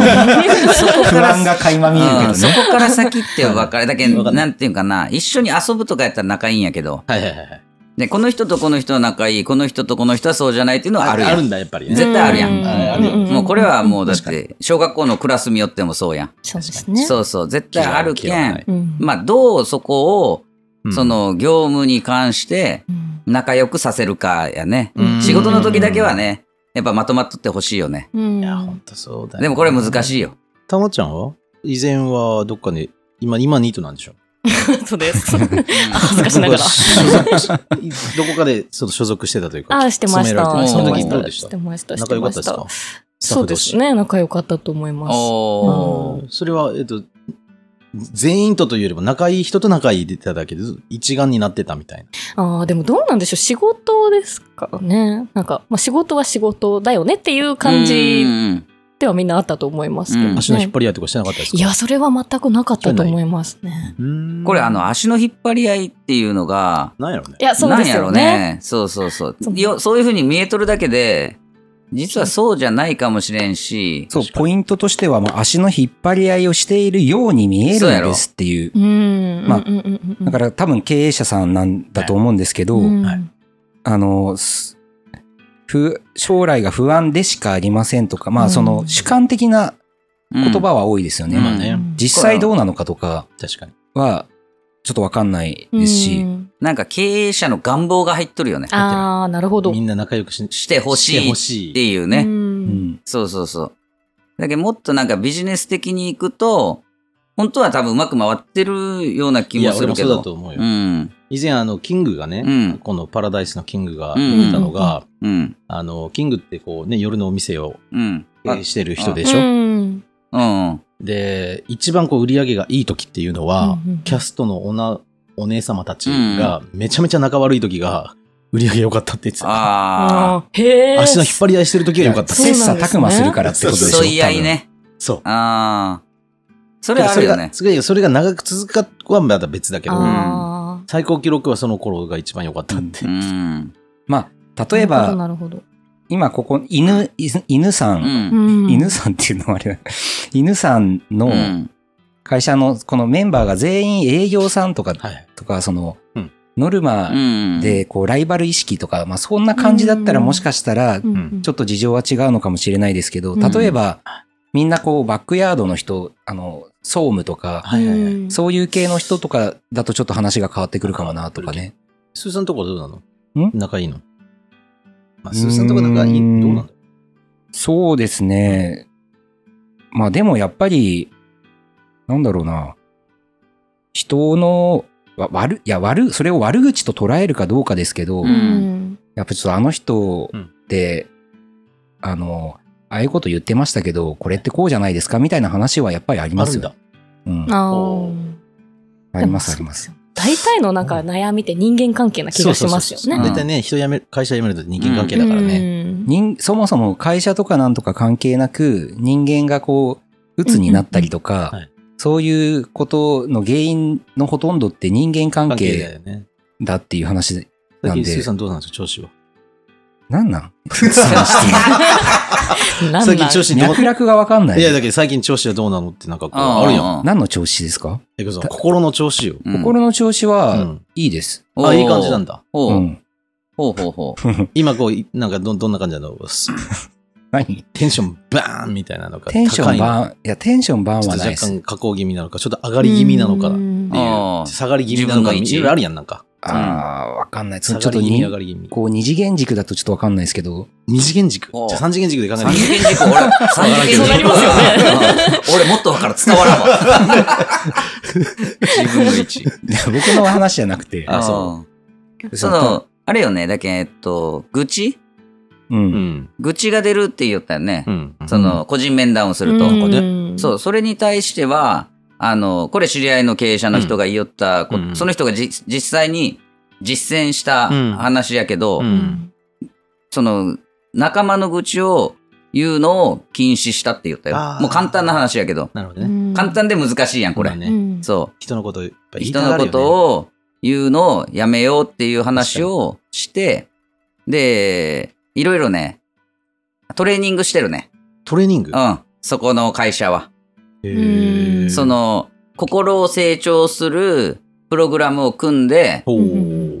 [SPEAKER 3] 不安が垣間見えるけ
[SPEAKER 2] うん
[SPEAKER 3] ど
[SPEAKER 2] そ
[SPEAKER 3] ね。
[SPEAKER 2] こから先って分かれだけ
[SPEAKER 1] わかんな
[SPEAKER 2] なんていうんかな、一緒に遊ぶとかやったら仲いいんやけど、
[SPEAKER 1] はいはいはいはい。
[SPEAKER 2] で、この人とこの人は仲いい、この人とこの人はそうじゃないっていうのはあるや
[SPEAKER 1] ある
[SPEAKER 2] ん。
[SPEAKER 1] んだ、やっぱりね。
[SPEAKER 2] 絶対あるやん
[SPEAKER 4] う
[SPEAKER 1] あるよ
[SPEAKER 4] ん
[SPEAKER 2] もうこれはもうだって、小学校のクラスによってもそうやん。
[SPEAKER 4] そうですね。
[SPEAKER 2] そうそう、絶対あるけ
[SPEAKER 1] 嫌いはなんい。
[SPEAKER 4] うん
[SPEAKER 2] まあ、どうそこを、
[SPEAKER 1] うん
[SPEAKER 2] そ、の、業務に関して
[SPEAKER 4] うん
[SPEAKER 2] 仲良くさせるかやね。
[SPEAKER 1] うん
[SPEAKER 2] 仕事の時だけはね、やっぱまとまっとってほしいよね。
[SPEAKER 4] うん
[SPEAKER 1] いや、ほんとそうだよ
[SPEAKER 2] でもこれ難しいよ。
[SPEAKER 1] たまちゃんは以前はどっかに、今、今ニートなんでしょ
[SPEAKER 4] そうです。あ恥ずかしな がら。
[SPEAKER 1] どこかでその所属してたというか。
[SPEAKER 4] ああ、して まし
[SPEAKER 1] 勤めら
[SPEAKER 4] た。
[SPEAKER 1] れて
[SPEAKER 4] して
[SPEAKER 1] その
[SPEAKER 4] ま
[SPEAKER 1] 時
[SPEAKER 4] した
[SPEAKER 1] どうでし
[SPEAKER 4] したてました。
[SPEAKER 1] 仲良かったです
[SPEAKER 4] して
[SPEAKER 1] か
[SPEAKER 4] ましたそうです。ね。仲良かったと思います。
[SPEAKER 2] おー。
[SPEAKER 1] スタッフ同士それは、えっと、全員とというよりも仲いい人と仲いいでただけで一丸になってたみたいな。
[SPEAKER 4] ああ、でもどうなんでしょう。仕事ですかね。なんか、まあ、仕事は仕事だよねっていう感じ
[SPEAKER 2] うん
[SPEAKER 4] ではみんなあったと思いますけど、
[SPEAKER 2] うん
[SPEAKER 1] 足の引っ張り合いとかしてなかったですか
[SPEAKER 4] いや、それは全くなかったと思いますね。
[SPEAKER 1] うーん
[SPEAKER 2] これあ、の足の引っ張り合いっていうのが、
[SPEAKER 1] なんやろうね
[SPEAKER 4] い。や、そう
[SPEAKER 2] な
[SPEAKER 4] で
[SPEAKER 2] ん
[SPEAKER 4] す
[SPEAKER 2] やろ
[SPEAKER 4] よ
[SPEAKER 2] う
[SPEAKER 4] ね。
[SPEAKER 2] ね。そうそうそう
[SPEAKER 4] そう
[SPEAKER 2] よ。そういうふうに見えとるだけで、実はそうじゃないかもしれんし、
[SPEAKER 3] そう、ポイントとしては、まあ、足の引っ張り合いをしているように見え
[SPEAKER 2] そう
[SPEAKER 3] る
[SPEAKER 2] や
[SPEAKER 3] ん
[SPEAKER 2] ろ
[SPEAKER 3] ですっていう。
[SPEAKER 4] うん。
[SPEAKER 3] まあ
[SPEAKER 4] うんうんうんうん
[SPEAKER 3] だから多分経営者さんなんだと思うんですけど、
[SPEAKER 4] うん
[SPEAKER 1] はい
[SPEAKER 3] あの、す不、将来が不安でしかありませんとか、ま
[SPEAKER 4] う
[SPEAKER 3] あ
[SPEAKER 4] ん
[SPEAKER 3] その主観的な
[SPEAKER 2] うん
[SPEAKER 3] 言葉は多いですよね。
[SPEAKER 2] うん
[SPEAKER 1] まあね、
[SPEAKER 4] うん
[SPEAKER 3] 実際どうなのかとか
[SPEAKER 1] 確かに。
[SPEAKER 3] は、ちょっとわかんないですし、
[SPEAKER 4] うん
[SPEAKER 2] なんか経営者の願望が入っとるよね。
[SPEAKER 4] ああ、なるほど。
[SPEAKER 1] みんな仲良くし
[SPEAKER 2] してほし
[SPEAKER 1] して
[SPEAKER 2] いっ
[SPEAKER 1] ほしてい。
[SPEAKER 2] いう
[SPEAKER 4] う
[SPEAKER 2] ね。
[SPEAKER 3] うんん
[SPEAKER 2] そうそうそう。だけどもっとなんかビジネス的に行くと、本当は多分うまく回ってるような気
[SPEAKER 1] い
[SPEAKER 2] も
[SPEAKER 1] や、
[SPEAKER 2] す
[SPEAKER 1] 俺
[SPEAKER 2] る
[SPEAKER 1] も
[SPEAKER 2] け
[SPEAKER 1] そう
[SPEAKER 2] ど。
[SPEAKER 1] だと思うよ
[SPEAKER 2] う。ん。
[SPEAKER 1] 以前、あの、キングがね、
[SPEAKER 2] うん
[SPEAKER 1] このパラダイスのキングが
[SPEAKER 2] うん
[SPEAKER 1] 言ってたのが、
[SPEAKER 2] うん。
[SPEAKER 1] あの、キングってこうね、夜のお店を
[SPEAKER 2] うん。
[SPEAKER 1] 経営してる人でし
[SPEAKER 4] う
[SPEAKER 1] ょ。
[SPEAKER 4] ん
[SPEAKER 2] うん。
[SPEAKER 1] で、一番こう売り上げがいい時っていうのは、
[SPEAKER 4] うんうん
[SPEAKER 1] キャストのおなお姉様たちがめちゃめちゃ仲悪い時が売り上げ良かったって言ってた。
[SPEAKER 2] ああ。
[SPEAKER 4] あーへえ。
[SPEAKER 1] 足の引っ張り合いしてる時が良かったって
[SPEAKER 4] そうなんです
[SPEAKER 3] 切磋琢
[SPEAKER 4] ね
[SPEAKER 3] 磨するからってことでしょ。
[SPEAKER 2] 競い合いね。
[SPEAKER 1] そう。
[SPEAKER 2] ああ。そ
[SPEAKER 1] そ
[SPEAKER 2] れあるよね。
[SPEAKER 1] それがそれが長く続くかはまだ別だけど、
[SPEAKER 4] あ
[SPEAKER 1] 最高記録はその頃が一番良かったって。
[SPEAKER 2] うん。
[SPEAKER 3] まあ、
[SPEAKER 4] ー
[SPEAKER 3] 例えば、
[SPEAKER 4] なるほど。なる
[SPEAKER 3] 今ここ、犬、犬犬さ、
[SPEAKER 2] うん
[SPEAKER 4] ほど
[SPEAKER 2] ん。
[SPEAKER 4] うん
[SPEAKER 3] 犬さんっていうのはあれだ 犬さんの
[SPEAKER 2] うん
[SPEAKER 3] 会社のこのメンバーが全員営業さんとか、
[SPEAKER 1] はい。
[SPEAKER 3] とか、その
[SPEAKER 1] うん、
[SPEAKER 3] ノルマ
[SPEAKER 2] うん。
[SPEAKER 3] で、こう、ライバル意識とか、まあ、そんな感じだったら、
[SPEAKER 4] うん
[SPEAKER 3] もしかしたら、
[SPEAKER 4] うん
[SPEAKER 3] ちょっと事情は違うのかもしれないですけど、例えば、みんなこう、バックヤードの人、あの、総務とか、
[SPEAKER 1] はいはいはい。
[SPEAKER 4] うん
[SPEAKER 3] そういう系の人とかだとちょっと話が変わってくるかもな、とかね。
[SPEAKER 1] スーさんとこどうなの
[SPEAKER 3] ん
[SPEAKER 1] 仲いいの、まあ、スーさんとこ仲いいどうなんだろう
[SPEAKER 3] そうですね。まあ、でもやっぱり、なんだろうな。人の、わ悪、いや、悪、それを悪口と捉えるかどうかですけど、
[SPEAKER 2] う
[SPEAKER 4] うんん。
[SPEAKER 3] やっぱちょっとあの人って、あの、ああいうこと言ってましたけど、これってこうじゃないですかみたいな話はやっぱりあり
[SPEAKER 1] あ
[SPEAKER 3] ま
[SPEAKER 1] る
[SPEAKER 3] す
[SPEAKER 1] ん
[SPEAKER 3] よ。
[SPEAKER 1] だ。
[SPEAKER 3] うん、あ
[SPEAKER 4] あ
[SPEAKER 1] お
[SPEAKER 4] ー
[SPEAKER 3] りますあります。。
[SPEAKER 4] 大体のなんか悩みって人間関係な気がしますよ
[SPEAKER 1] そうそうそう
[SPEAKER 4] ね。
[SPEAKER 1] 大体ね、人辞める、会社辞めると人間関係だからね。
[SPEAKER 4] ね。
[SPEAKER 3] 人そもそも会社とかなんとか関係なく、人間がこう、鬱になったりとか、
[SPEAKER 1] うんうんうんはい
[SPEAKER 3] そういうことの原因のほとんどって人間関
[SPEAKER 1] 関係だ
[SPEAKER 3] 係
[SPEAKER 1] よね。
[SPEAKER 3] だっていう話で、
[SPEAKER 1] 最
[SPEAKER 3] なん
[SPEAKER 1] 近、スー
[SPEAKER 3] で
[SPEAKER 1] さ、んどうなんですか、調子は。
[SPEAKER 3] なん なん質
[SPEAKER 4] なん
[SPEAKER 1] 最近
[SPEAKER 4] なん
[SPEAKER 1] 調子ど
[SPEAKER 3] 問
[SPEAKER 1] う
[SPEAKER 3] 脈絡がわかんないい。
[SPEAKER 1] や、だけど最近調子はどうなのってなんかこう、
[SPEAKER 2] あ
[SPEAKER 1] あるやん。
[SPEAKER 2] あ
[SPEAKER 3] 何の調子ですか、
[SPEAKER 1] えこさん、心の調子よ。
[SPEAKER 2] うん
[SPEAKER 3] 心の調子
[SPEAKER 1] う
[SPEAKER 3] は
[SPEAKER 1] ん。
[SPEAKER 3] いいです。
[SPEAKER 2] おー
[SPEAKER 1] あ、いい感じなんだ。
[SPEAKER 2] ほ
[SPEAKER 3] う
[SPEAKER 2] う、
[SPEAKER 3] ん。
[SPEAKER 2] ほうほうほ う。
[SPEAKER 1] 今こうい、なんかど、どんな感じなのす
[SPEAKER 3] 何
[SPEAKER 1] テンションバーンみたいなのか。
[SPEAKER 3] テンション
[SPEAKER 1] ーン
[SPEAKER 3] バーン、いや、テンションバーン
[SPEAKER 1] ちょ
[SPEAKER 3] は
[SPEAKER 1] っと若
[SPEAKER 3] ないです。
[SPEAKER 1] 干加工気味なのか、ちょっと上がり気味なのかっ
[SPEAKER 4] う
[SPEAKER 1] て
[SPEAKER 4] ん
[SPEAKER 2] あ
[SPEAKER 1] いう。
[SPEAKER 2] ー
[SPEAKER 1] 下がり気味なのか、
[SPEAKER 2] 自分の位
[SPEAKER 1] い
[SPEAKER 2] 置
[SPEAKER 1] ろいろあるやん、なんか。
[SPEAKER 3] ああ、わかんない。ちょ
[SPEAKER 1] 下
[SPEAKER 3] っと
[SPEAKER 1] がり気味、
[SPEAKER 3] に
[SPEAKER 1] 上がり気味。
[SPEAKER 3] こう、二次元軸だとちょっとわかんないですけど、
[SPEAKER 1] 二次元軸。じ
[SPEAKER 2] おう
[SPEAKER 1] ゃあ三次元軸で考えて
[SPEAKER 2] 三次元軸、俺、三次元軸。
[SPEAKER 4] そうなります
[SPEAKER 2] う
[SPEAKER 4] よ
[SPEAKER 2] ん俺もっと分からん伝わらんわ。自分の位置。
[SPEAKER 3] 僕の話じゃなくて、
[SPEAKER 1] あ
[SPEAKER 2] そ。
[SPEAKER 1] そう
[SPEAKER 2] その、あれよね、だけえっと、愚痴
[SPEAKER 3] う。
[SPEAKER 1] うんん。
[SPEAKER 2] 愚痴が出るって言ったよね
[SPEAKER 1] う。ん。
[SPEAKER 2] その、個人面談をすると。
[SPEAKER 4] うん
[SPEAKER 2] そう、それに対しては、あの、これ知り合いの経営者の人が言いよったこ、
[SPEAKER 1] うん
[SPEAKER 2] その人がじ実際に実践した
[SPEAKER 1] うん
[SPEAKER 2] 話やけど、
[SPEAKER 1] う
[SPEAKER 4] うんん
[SPEAKER 2] その、仲間の愚痴をいうのを禁止したって言ったよ
[SPEAKER 1] あ。ー
[SPEAKER 2] もう簡単な話やけど。
[SPEAKER 1] なるほど
[SPEAKER 4] う
[SPEAKER 1] ね。
[SPEAKER 4] ん
[SPEAKER 2] 簡単で難しいやん、これ。
[SPEAKER 1] まあ
[SPEAKER 4] う
[SPEAKER 1] ね。
[SPEAKER 4] ん
[SPEAKER 2] そ
[SPEAKER 1] 人のこといっぱい
[SPEAKER 2] う。
[SPEAKER 1] 言い
[SPEAKER 2] 人
[SPEAKER 1] たが
[SPEAKER 2] の
[SPEAKER 1] るよ
[SPEAKER 2] こ
[SPEAKER 1] ね
[SPEAKER 2] とを言うのをやめようっていう話をして、で、いろいろね、トレーニングしてるね。
[SPEAKER 1] トレーニング
[SPEAKER 2] うん。そこの会社は。
[SPEAKER 1] へー
[SPEAKER 2] そ、の、心を成長するプログラムを組んで、
[SPEAKER 1] ほう
[SPEAKER 4] う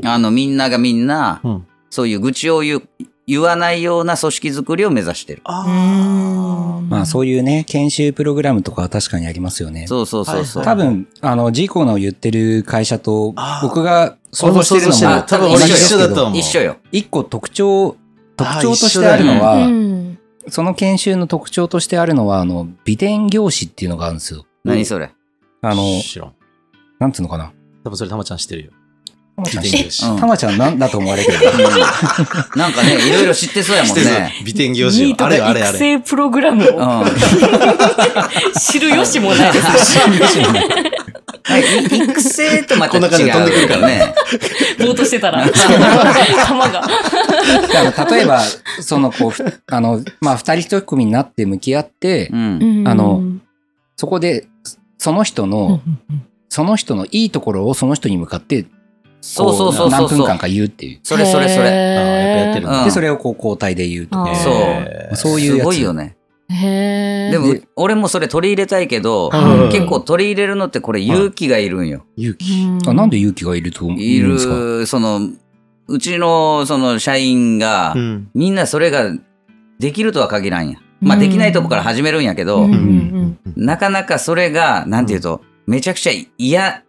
[SPEAKER 4] ん
[SPEAKER 2] あの、みんながみんな、
[SPEAKER 1] うん
[SPEAKER 2] そういう愚痴を言う言わないような組織づくりを目指してる。
[SPEAKER 1] あ
[SPEAKER 3] まあそういうね、研修プログラムとかは確かにありますよね。
[SPEAKER 2] そうそうそうそう。
[SPEAKER 1] はいは
[SPEAKER 3] 多
[SPEAKER 1] い
[SPEAKER 3] 分、あの、ジーコの言ってる会社と
[SPEAKER 1] あ、ー
[SPEAKER 3] 僕が想像してる
[SPEAKER 1] 俺
[SPEAKER 3] の
[SPEAKER 1] も
[SPEAKER 3] も
[SPEAKER 1] 想像してる多分
[SPEAKER 2] 俺
[SPEAKER 3] 同じですけど
[SPEAKER 1] 一緒だと思う
[SPEAKER 2] 一緒よ。
[SPEAKER 3] 一個特徴、
[SPEAKER 1] あ
[SPEAKER 3] 特
[SPEAKER 1] ー
[SPEAKER 3] 徴としてあるの
[SPEAKER 4] う
[SPEAKER 3] は、
[SPEAKER 4] ん
[SPEAKER 3] その研修の特徴としてあるのは、あの、美点業師っていうのがあるんですよ。
[SPEAKER 2] 何それ。
[SPEAKER 1] あ
[SPEAKER 3] あの、
[SPEAKER 1] 知らん。
[SPEAKER 3] なんつうのかな。
[SPEAKER 1] 多分それ、たまちゃん知ってるよ。
[SPEAKER 3] たまちゃん
[SPEAKER 1] 美点業師
[SPEAKER 2] うん
[SPEAKER 3] たまちゃんなんだと思われてる。
[SPEAKER 2] なんかね、いろいろ知ってそうやもん
[SPEAKER 1] 知ってる
[SPEAKER 2] ね。
[SPEAKER 1] 美点業師
[SPEAKER 4] ニー
[SPEAKER 1] よ。
[SPEAKER 4] ト
[SPEAKER 1] あれよ
[SPEAKER 4] が
[SPEAKER 1] あれよあ
[SPEAKER 4] 育
[SPEAKER 1] れよ。
[SPEAKER 4] 成プログラム
[SPEAKER 2] う
[SPEAKER 4] を
[SPEAKER 2] ん。
[SPEAKER 4] 知る由も ないです
[SPEAKER 2] はいい 育成とまた
[SPEAKER 1] こんな感じ
[SPEAKER 2] 違
[SPEAKER 1] で飛んでく
[SPEAKER 2] う
[SPEAKER 1] る
[SPEAKER 2] か
[SPEAKER 1] からら
[SPEAKER 2] ね。
[SPEAKER 4] ぼーっとしてた ら、玉が。
[SPEAKER 3] あの例えば、その、こうふ、あの、まあ、二人一組になって向き合って
[SPEAKER 2] う、ん。
[SPEAKER 3] あのそこで、その人の、その人のいいところをその人に向かって、
[SPEAKER 2] そうそうそうそ
[SPEAKER 3] 何
[SPEAKER 2] う
[SPEAKER 3] 分
[SPEAKER 2] そう
[SPEAKER 3] 間。か言うっていう。
[SPEAKER 2] それそれそ
[SPEAKER 1] あーやっ
[SPEAKER 2] れ。
[SPEAKER 1] ぱやってるんだ
[SPEAKER 2] う
[SPEAKER 3] で、
[SPEAKER 2] ん
[SPEAKER 3] それをこう交代で言うと
[SPEAKER 4] あ
[SPEAKER 3] か。
[SPEAKER 4] ー
[SPEAKER 2] そう
[SPEAKER 1] へー
[SPEAKER 3] そういうやつ
[SPEAKER 2] すごいよね。
[SPEAKER 4] れ。へー
[SPEAKER 2] でも
[SPEAKER 3] で、
[SPEAKER 2] 俺もそれ取り入れたいけど、
[SPEAKER 1] うん
[SPEAKER 2] 結構取り入れるのってこれ勇気がいるんよ。
[SPEAKER 1] 勇気。
[SPEAKER 3] あなんで勇気がいると思うん
[SPEAKER 2] い
[SPEAKER 3] ですか
[SPEAKER 2] る、その、うちの、その、社員が、
[SPEAKER 1] うん
[SPEAKER 2] みんなそれができるとは限らんや。まあ、できないとこから始めるんやけど、
[SPEAKER 4] うんうん
[SPEAKER 2] なかなかそれが、なんていうと、めちゃくちゃ嫌、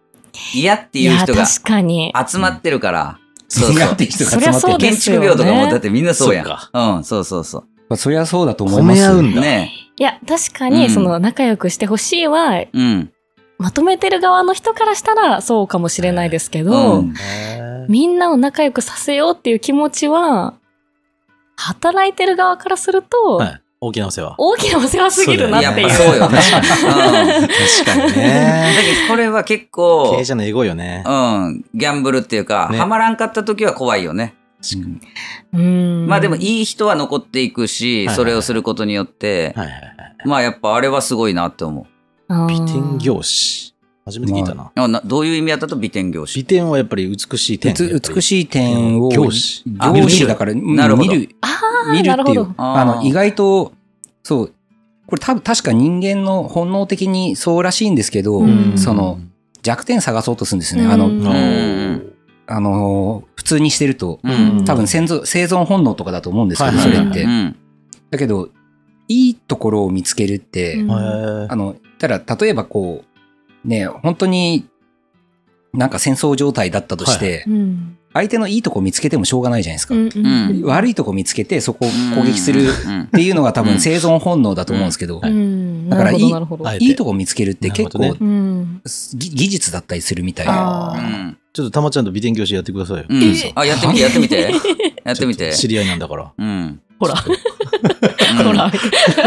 [SPEAKER 2] 嫌っていう人
[SPEAKER 4] い
[SPEAKER 2] が
[SPEAKER 4] や確かに。
[SPEAKER 2] 集まってるから、そう
[SPEAKER 3] 嫌
[SPEAKER 2] そ
[SPEAKER 3] っ
[SPEAKER 2] う。
[SPEAKER 3] て人が集ま
[SPEAKER 4] そりゃそ
[SPEAKER 3] っ
[SPEAKER 4] う
[SPEAKER 3] て
[SPEAKER 4] で
[SPEAKER 2] 建
[SPEAKER 4] す
[SPEAKER 2] 築
[SPEAKER 4] よね
[SPEAKER 2] 業とかもだってみんなそうやん。
[SPEAKER 1] そっ
[SPEAKER 2] うん、そうそうそ
[SPEAKER 3] る。そりゃそうだと思い
[SPEAKER 1] 褒
[SPEAKER 3] ます。
[SPEAKER 1] め合うん
[SPEAKER 2] う。
[SPEAKER 1] だ。
[SPEAKER 2] ね
[SPEAKER 4] いや、確かに、
[SPEAKER 2] うん
[SPEAKER 4] その、仲良くしてほしいは、
[SPEAKER 2] え。うん。
[SPEAKER 4] まとめてる側の人からしたらそうかもしれないですけ
[SPEAKER 2] う
[SPEAKER 4] ど、
[SPEAKER 2] ん。
[SPEAKER 1] へー
[SPEAKER 4] みんなを仲良くさせようっていう気持ちは、働いてる側からすると、
[SPEAKER 1] はい。大きなお世話。
[SPEAKER 4] 大きなお世話すぎるな
[SPEAKER 2] や
[SPEAKER 4] っ
[SPEAKER 2] って
[SPEAKER 4] いう。
[SPEAKER 2] ぱそうよね。うん。
[SPEAKER 1] 確
[SPEAKER 2] だ
[SPEAKER 1] かにね。
[SPEAKER 2] けどこれは結
[SPEAKER 1] 経
[SPEAKER 2] 構
[SPEAKER 1] 営、者のエゴよね。
[SPEAKER 2] うん、ギャンブルっていうか、
[SPEAKER 1] ね
[SPEAKER 2] ハマらんかった時は怖いよね。
[SPEAKER 3] うん
[SPEAKER 4] うん
[SPEAKER 2] まあでもいい人は残っていくし、
[SPEAKER 1] はい
[SPEAKER 2] それをすることによって、
[SPEAKER 1] はいはいはい。
[SPEAKER 2] まあやっぱあれはすごいなって思う。
[SPEAKER 1] 美点
[SPEAKER 4] 師。
[SPEAKER 1] 業師。初めて聞いたな。
[SPEAKER 2] あなどういう意味やったと美点業
[SPEAKER 1] 美
[SPEAKER 2] 師。
[SPEAKER 1] 点はやっぱり美しい点。
[SPEAKER 3] うつ美しい点を、
[SPEAKER 1] 教師
[SPEAKER 2] あ
[SPEAKER 3] 教
[SPEAKER 2] 見
[SPEAKER 3] 師
[SPEAKER 2] る
[SPEAKER 3] だから、うん
[SPEAKER 2] なるほ
[SPEAKER 3] 見
[SPEAKER 2] ど
[SPEAKER 3] る、
[SPEAKER 4] ああ、
[SPEAKER 3] 見る
[SPEAKER 4] な
[SPEAKER 3] っ
[SPEAKER 4] る
[SPEAKER 3] て
[SPEAKER 4] ほ
[SPEAKER 3] い
[SPEAKER 4] ど
[SPEAKER 3] う。。あの、意
[SPEAKER 2] 外
[SPEAKER 3] 外と、そう、これ多分確か人間の本能的にそうらしいんですけど、
[SPEAKER 4] うん
[SPEAKER 3] その、弱点探そうとするんですね。
[SPEAKER 4] うん
[SPEAKER 3] あ
[SPEAKER 4] う
[SPEAKER 3] の、
[SPEAKER 4] ん
[SPEAKER 2] うん
[SPEAKER 3] あの、普通にしてると、
[SPEAKER 2] うん。
[SPEAKER 3] 多分生存生存本能とかだと思うんですけど、
[SPEAKER 1] はいは
[SPEAKER 3] そ
[SPEAKER 1] い
[SPEAKER 3] れ
[SPEAKER 1] はい
[SPEAKER 3] って
[SPEAKER 2] う。ん。
[SPEAKER 3] だけど、いいところを見つけるって、
[SPEAKER 4] うん
[SPEAKER 1] へ
[SPEAKER 3] あの、ただ、例えばこう、ね、本当に、なんか戦争状態だったとして、
[SPEAKER 4] うん。
[SPEAKER 3] 相手のいいとこ見つけてもしょうがないじゃないですか。
[SPEAKER 4] うんうん
[SPEAKER 3] 悪いとこ見つけて、そこを攻撃す
[SPEAKER 2] う
[SPEAKER 3] るっ
[SPEAKER 2] ん
[SPEAKER 3] ていうのが多
[SPEAKER 2] う
[SPEAKER 3] 分
[SPEAKER 2] ん
[SPEAKER 3] 生存本能だと思うんですけど、
[SPEAKER 4] うん。
[SPEAKER 3] だからいい
[SPEAKER 4] なるほど、なるほど。
[SPEAKER 1] はい
[SPEAKER 3] いいとこ見つけるって結
[SPEAKER 1] なる
[SPEAKER 3] 構
[SPEAKER 1] ほ、
[SPEAKER 4] うん。
[SPEAKER 3] ぎ技術だったりするみたいな。
[SPEAKER 4] あ
[SPEAKER 2] う
[SPEAKER 4] あ。
[SPEAKER 2] ん。
[SPEAKER 1] ちょっとたまちゃんと美点教師やってくださいよ。
[SPEAKER 2] うん
[SPEAKER 4] え
[SPEAKER 2] あ、やってみて、やってみて。やってみ
[SPEAKER 1] ちょ
[SPEAKER 2] て
[SPEAKER 1] と。知り合いなんだから。
[SPEAKER 2] うん。
[SPEAKER 4] ほら、
[SPEAKER 2] うん
[SPEAKER 4] ほら。
[SPEAKER 1] ね
[SPEAKER 2] ねえ。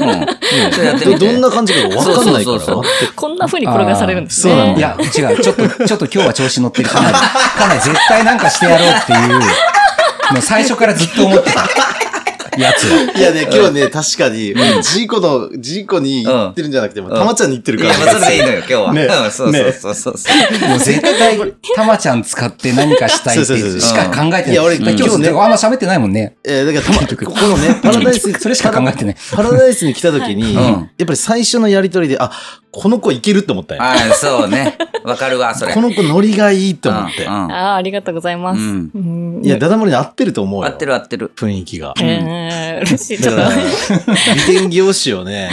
[SPEAKER 2] うん。
[SPEAKER 1] え
[SPEAKER 2] ちょっとやってみて
[SPEAKER 1] どどんな感じかわかんないか
[SPEAKER 2] そうそうそうそ
[SPEAKER 1] ら
[SPEAKER 2] う。
[SPEAKER 4] こんな風に転がされるんですね。
[SPEAKER 1] あーそうなん
[SPEAKER 3] い
[SPEAKER 1] だ
[SPEAKER 3] や、違う。ちょっと、ちょっと今日は調子乗ってる。かなり、かなり絶対なんかしてやろうっていう、もう最初からずっと思ってたやつを。
[SPEAKER 5] いやね、今日ね、確かに、ジーコの、ジーコに言ってるんじゃなくて、
[SPEAKER 2] ん
[SPEAKER 5] たまちゃんに言ってる
[SPEAKER 2] い
[SPEAKER 5] か
[SPEAKER 2] や、まあそれ
[SPEAKER 5] ら。
[SPEAKER 2] でいいのよ、今日は。
[SPEAKER 5] ね
[SPEAKER 2] うんそうそうそうそう。
[SPEAKER 3] もう絶対、たまちゃん使って何かしたいって
[SPEAKER 5] そうそうそう
[SPEAKER 3] しか考えてない。
[SPEAKER 5] いや俺
[SPEAKER 3] 今日
[SPEAKER 5] 今日ね
[SPEAKER 3] あんま喋ってないもんね。
[SPEAKER 5] えーだから、たま、ここの ね、パラダイス、
[SPEAKER 3] それしか考えてない。
[SPEAKER 5] パラダイスに来た時に、
[SPEAKER 2] はい
[SPEAKER 5] やっぱり最初のやりとりで、あ、この子いけるって思ったよ。
[SPEAKER 2] ああ、そうね。わかるわ、それ。
[SPEAKER 5] この子ノリがいいって思って
[SPEAKER 2] う。んうん
[SPEAKER 4] ああ、ありがとうございま
[SPEAKER 2] う
[SPEAKER 4] す。
[SPEAKER 2] ん
[SPEAKER 4] うん
[SPEAKER 5] いや、ダダ漏れに合ってると思うよ。
[SPEAKER 2] 合ってる合ってる。
[SPEAKER 1] 雰囲気が。
[SPEAKER 4] えー、嬉しい。ち
[SPEAKER 1] だ
[SPEAKER 4] ょ
[SPEAKER 1] か
[SPEAKER 4] っと
[SPEAKER 1] ら、美点業師をね、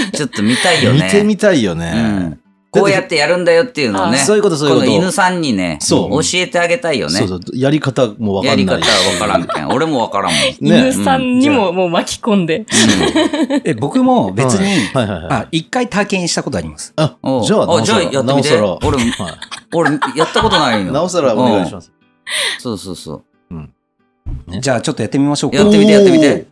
[SPEAKER 2] うん。ちょっと見たいよ
[SPEAKER 1] 見
[SPEAKER 2] ね。
[SPEAKER 1] てみたいよ
[SPEAKER 2] う
[SPEAKER 1] ね
[SPEAKER 2] ん。こうやってやるんだよっていうのをね。
[SPEAKER 4] あ
[SPEAKER 1] そういうことそういうこと
[SPEAKER 2] の犬さんにね、
[SPEAKER 1] そう
[SPEAKER 2] 教えてあげたいよね。
[SPEAKER 1] そうそう、やり方もわか
[SPEAKER 2] や
[SPEAKER 1] ん
[SPEAKER 2] り
[SPEAKER 1] な
[SPEAKER 2] 方
[SPEAKER 1] い。
[SPEAKER 2] はわからんけ ん。俺もわからんもん。
[SPEAKER 4] 犬
[SPEAKER 1] ね。
[SPEAKER 4] さんにももう巻き込んで。
[SPEAKER 3] え僕も別に、
[SPEAKER 1] はいはいはい。
[SPEAKER 3] あ、一回体験したことあります。
[SPEAKER 1] あ
[SPEAKER 2] おう
[SPEAKER 1] じゃあ、な
[SPEAKER 2] あ
[SPEAKER 1] お
[SPEAKER 2] じ
[SPEAKER 1] さ
[SPEAKER 2] ゃ
[SPEAKER 1] ら
[SPEAKER 2] あやって
[SPEAKER 1] な
[SPEAKER 2] み
[SPEAKER 1] お
[SPEAKER 2] て
[SPEAKER 1] さら
[SPEAKER 2] 俺も
[SPEAKER 1] は
[SPEAKER 2] 俺、やったことない
[SPEAKER 1] い
[SPEAKER 2] よ。
[SPEAKER 1] なおさらお願いします。
[SPEAKER 2] す。そうそうそ
[SPEAKER 1] ね
[SPEAKER 3] じゃあちょっとやってみましょう
[SPEAKER 2] う。
[SPEAKER 3] か。
[SPEAKER 2] やってみて、やってみて。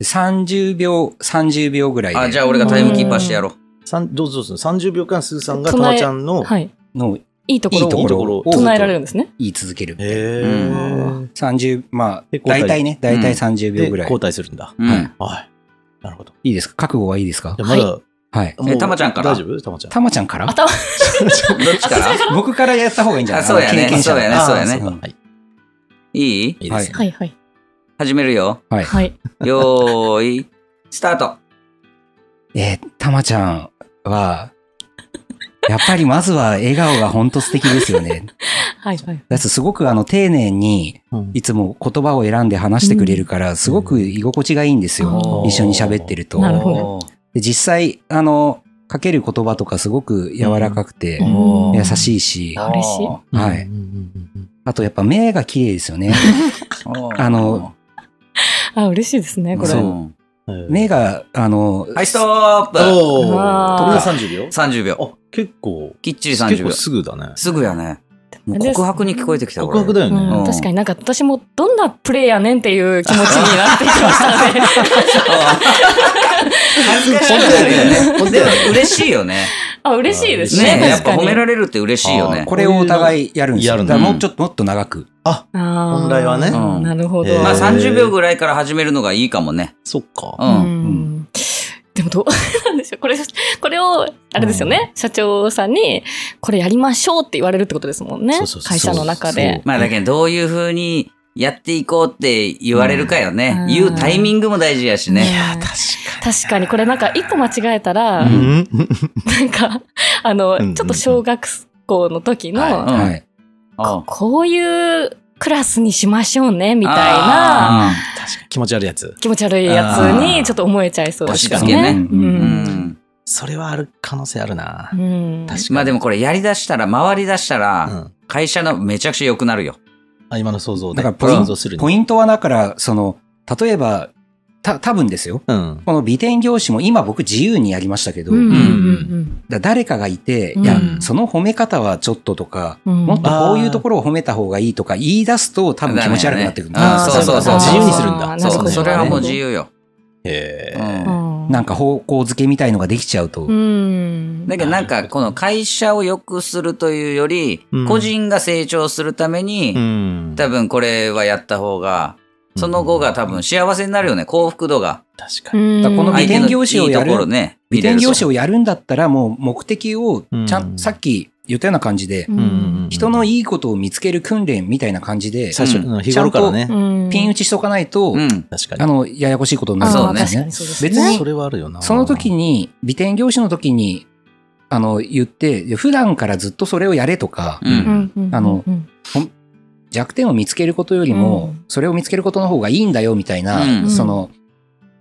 [SPEAKER 3] 30秒、30秒ぐら
[SPEAKER 2] あ、
[SPEAKER 3] い
[SPEAKER 2] じ
[SPEAKER 3] で
[SPEAKER 2] ゃあ俺がタイムキーパーしてやろう。
[SPEAKER 1] さんどうぞどうぞ30秒間、スーさんがた
[SPEAKER 4] 唱え
[SPEAKER 1] まちゃんの
[SPEAKER 4] はい。
[SPEAKER 3] の
[SPEAKER 4] いいところ
[SPEAKER 3] いいとこ
[SPEAKER 4] を
[SPEAKER 3] ろを
[SPEAKER 4] 唱えられるんですね。
[SPEAKER 3] 言い続ける。
[SPEAKER 1] へ
[SPEAKER 4] う
[SPEAKER 1] え。
[SPEAKER 3] 30、まあ
[SPEAKER 1] で、交代
[SPEAKER 3] 大体ね、大体
[SPEAKER 2] うん
[SPEAKER 3] 30
[SPEAKER 1] で、
[SPEAKER 3] 秒ぐらい。
[SPEAKER 1] 交代するんだ。
[SPEAKER 2] うん
[SPEAKER 1] はいはい。なるほど。
[SPEAKER 3] いいですか覚悟はいいですか
[SPEAKER 1] じゃあまだ、
[SPEAKER 3] はい。
[SPEAKER 2] えたまちゃんから
[SPEAKER 1] 大丈夫たまちゃん。
[SPEAKER 3] たまちゃんから
[SPEAKER 4] 頭、
[SPEAKER 2] どっちから
[SPEAKER 3] 僕からやった方がいいんじゃない
[SPEAKER 2] あそうやね
[SPEAKER 3] 経験者だか
[SPEAKER 2] ま
[SPEAKER 3] ら
[SPEAKER 2] あそうやね
[SPEAKER 1] あー
[SPEAKER 3] そうやね
[SPEAKER 1] かはい。
[SPEAKER 2] いい
[SPEAKER 1] いいですね。
[SPEAKER 4] はいはい。
[SPEAKER 2] 始めるよ。
[SPEAKER 3] はい。
[SPEAKER 4] はい。
[SPEAKER 2] よーい、スタート。
[SPEAKER 3] えー、たまちゃんは、やっぱりまずは笑顔が本当素敵ですよね。
[SPEAKER 4] はいはい。
[SPEAKER 3] だってすごくあの丁寧に
[SPEAKER 1] うん
[SPEAKER 3] いつも言葉を選んで話してくれるから、すごく居心地がいいんですよ。
[SPEAKER 4] うん
[SPEAKER 3] 一緒に喋ってると。
[SPEAKER 4] なるほ
[SPEAKER 2] ど。
[SPEAKER 3] で実際、あの、かける言葉とかすごく柔らかくて、
[SPEAKER 4] うん
[SPEAKER 3] 優しいし、
[SPEAKER 4] あ嬉しい
[SPEAKER 3] は
[SPEAKER 1] う
[SPEAKER 3] い
[SPEAKER 1] んうんうんうん
[SPEAKER 3] あとやっぱ目が綺麗ですよね。あの、
[SPEAKER 4] あ、嬉しいですね、これ。
[SPEAKER 3] そう
[SPEAKER 2] うん
[SPEAKER 1] うん
[SPEAKER 3] 目が、あの、
[SPEAKER 2] はい、ストップ
[SPEAKER 5] おー
[SPEAKER 4] あー
[SPEAKER 1] これが30秒
[SPEAKER 2] !30 秒。
[SPEAKER 1] あ、結構、
[SPEAKER 2] きっちり
[SPEAKER 1] 結
[SPEAKER 2] 30
[SPEAKER 1] 構
[SPEAKER 2] 秒。
[SPEAKER 1] すぐだね。
[SPEAKER 2] すぐやね。もう
[SPEAKER 4] で
[SPEAKER 2] 告白に聞こえてきた
[SPEAKER 1] 告白だよね。
[SPEAKER 4] う、
[SPEAKER 2] うんん
[SPEAKER 4] 確かになんか私もどんなプレイやねんっていう気持 ちになってきましたね。
[SPEAKER 2] 恥ずかしく
[SPEAKER 5] 本当
[SPEAKER 2] なるよ
[SPEAKER 5] だよ
[SPEAKER 2] ね。
[SPEAKER 5] ね。本当
[SPEAKER 2] で
[SPEAKER 5] だ
[SPEAKER 2] も
[SPEAKER 5] よね。
[SPEAKER 2] 嬉しいよね。
[SPEAKER 4] あ、嬉しいですね。
[SPEAKER 2] ねやっ
[SPEAKER 4] 確
[SPEAKER 2] ぱ
[SPEAKER 4] かに。
[SPEAKER 2] 褒められるって嬉しいよね。
[SPEAKER 3] これをお互いやるんですよ。
[SPEAKER 1] やるん
[SPEAKER 3] だ
[SPEAKER 1] だ
[SPEAKER 3] からもうちょっと、もっと長く。
[SPEAKER 4] あー
[SPEAKER 5] 本来はね
[SPEAKER 4] うんなるほど。
[SPEAKER 1] えー
[SPEAKER 2] まあ
[SPEAKER 1] さ
[SPEAKER 2] 30秒ぐらいから始めるのがいいかもね。
[SPEAKER 1] そっか。
[SPEAKER 2] う。
[SPEAKER 4] うんん。でもどう なんでしょう。これ、これを、あれですよね。社長さんに、これやりましょうって言われるってことですもんね
[SPEAKER 1] そうそうそう。
[SPEAKER 4] 会社の中で。
[SPEAKER 2] まあだけどどういう風にやっていこうって言われるかよ
[SPEAKER 4] う
[SPEAKER 2] ね
[SPEAKER 4] ん。
[SPEAKER 2] 言うタイミングも大事やしね。
[SPEAKER 4] や確かに、これなんか一個間違えたら、
[SPEAKER 3] うん
[SPEAKER 4] なんか、あ
[SPEAKER 1] う
[SPEAKER 4] の、
[SPEAKER 1] んうんうん
[SPEAKER 4] ちょっと小学校の時の、
[SPEAKER 1] は
[SPEAKER 2] うん
[SPEAKER 3] はい。
[SPEAKER 2] うん
[SPEAKER 4] こういうクラスにしましょうね、みたい
[SPEAKER 2] あー
[SPEAKER 4] な、
[SPEAKER 1] 確かに気持ち悪いやつ。
[SPEAKER 4] 気持ち悪いやつにちょっと思えちゃいそうです
[SPEAKER 2] 確
[SPEAKER 4] よ
[SPEAKER 2] か
[SPEAKER 4] ね。
[SPEAKER 2] にねう
[SPEAKER 4] う。
[SPEAKER 2] んん。
[SPEAKER 1] それはある可能性あるな。
[SPEAKER 4] うん。
[SPEAKER 1] 確かに。
[SPEAKER 2] まあでもこれやりだしたら、回りだした
[SPEAKER 1] う
[SPEAKER 2] ら、
[SPEAKER 1] ん
[SPEAKER 2] 会社のめちゃくちゃ良くなるよ。
[SPEAKER 1] あ、今の想像で。
[SPEAKER 3] だからポイン
[SPEAKER 1] 想像するに
[SPEAKER 3] ポイントはだから、その、例えば、た、多分ですよ。
[SPEAKER 1] うん。
[SPEAKER 3] この美点業種も今僕自由にやりましたけど、
[SPEAKER 4] うんうん
[SPEAKER 3] だ誰かがいて、
[SPEAKER 4] うん
[SPEAKER 3] いや、その褒め方はちょっととか、
[SPEAKER 4] うんうん。
[SPEAKER 3] もっとこういうところを褒めた方がいいとか言い出すと多分気持ち悪くなってくるんですよ
[SPEAKER 2] あーそうそうそう
[SPEAKER 1] あー自由にするんだ。
[SPEAKER 4] あーなる
[SPEAKER 2] そ
[SPEAKER 4] ほ
[SPEAKER 2] う、
[SPEAKER 4] ど
[SPEAKER 2] それはもう自由よ。
[SPEAKER 1] へ
[SPEAKER 2] う
[SPEAKER 1] え。
[SPEAKER 2] ん
[SPEAKER 4] うん
[SPEAKER 3] なんか方向づけみたいのができちゃうと、
[SPEAKER 4] うん。
[SPEAKER 2] だけどなんかこの会社を良くするというより
[SPEAKER 1] うん、
[SPEAKER 2] 個人が成長するために、
[SPEAKER 1] ん
[SPEAKER 2] 多分これはやった方が、その後が多分幸せになるよね、幸福度が。
[SPEAKER 1] 確か
[SPEAKER 4] う
[SPEAKER 1] に。
[SPEAKER 4] ん、
[SPEAKER 3] だからこの
[SPEAKER 2] 相手の
[SPEAKER 3] 美点業種をやる
[SPEAKER 2] いいところね、
[SPEAKER 3] 美点業種
[SPEAKER 2] を
[SPEAKER 3] をやるんだったらもう目的をちゃん、
[SPEAKER 1] うん
[SPEAKER 3] さっき言ったような感じで、
[SPEAKER 4] う
[SPEAKER 1] うん
[SPEAKER 4] ん
[SPEAKER 3] 人のいいことを見つける訓練みたいな感じで、
[SPEAKER 1] 最初、
[SPEAKER 2] うん
[SPEAKER 1] うん日頃からね。
[SPEAKER 4] うん
[SPEAKER 3] ピン打ちしとかないと、
[SPEAKER 2] うん。
[SPEAKER 1] 確か
[SPEAKER 3] あ
[SPEAKER 1] に。
[SPEAKER 3] の、ややこしいことにな
[SPEAKER 4] あ
[SPEAKER 3] る
[SPEAKER 2] そ
[SPEAKER 4] ー
[SPEAKER 2] うね
[SPEAKER 4] 確かにそうですね。
[SPEAKER 3] 別に
[SPEAKER 1] それはあるよな。
[SPEAKER 3] その時に、美点業種の時に、あの、言って、いや普段からずっとそれをやれとか、
[SPEAKER 2] う。
[SPEAKER 4] うんんうんうん
[SPEAKER 3] あの
[SPEAKER 4] うん
[SPEAKER 3] 弱点を見つけることよりも、
[SPEAKER 4] うん
[SPEAKER 3] それを見つけることの方がいいんだよみたいな、
[SPEAKER 2] うん
[SPEAKER 3] その、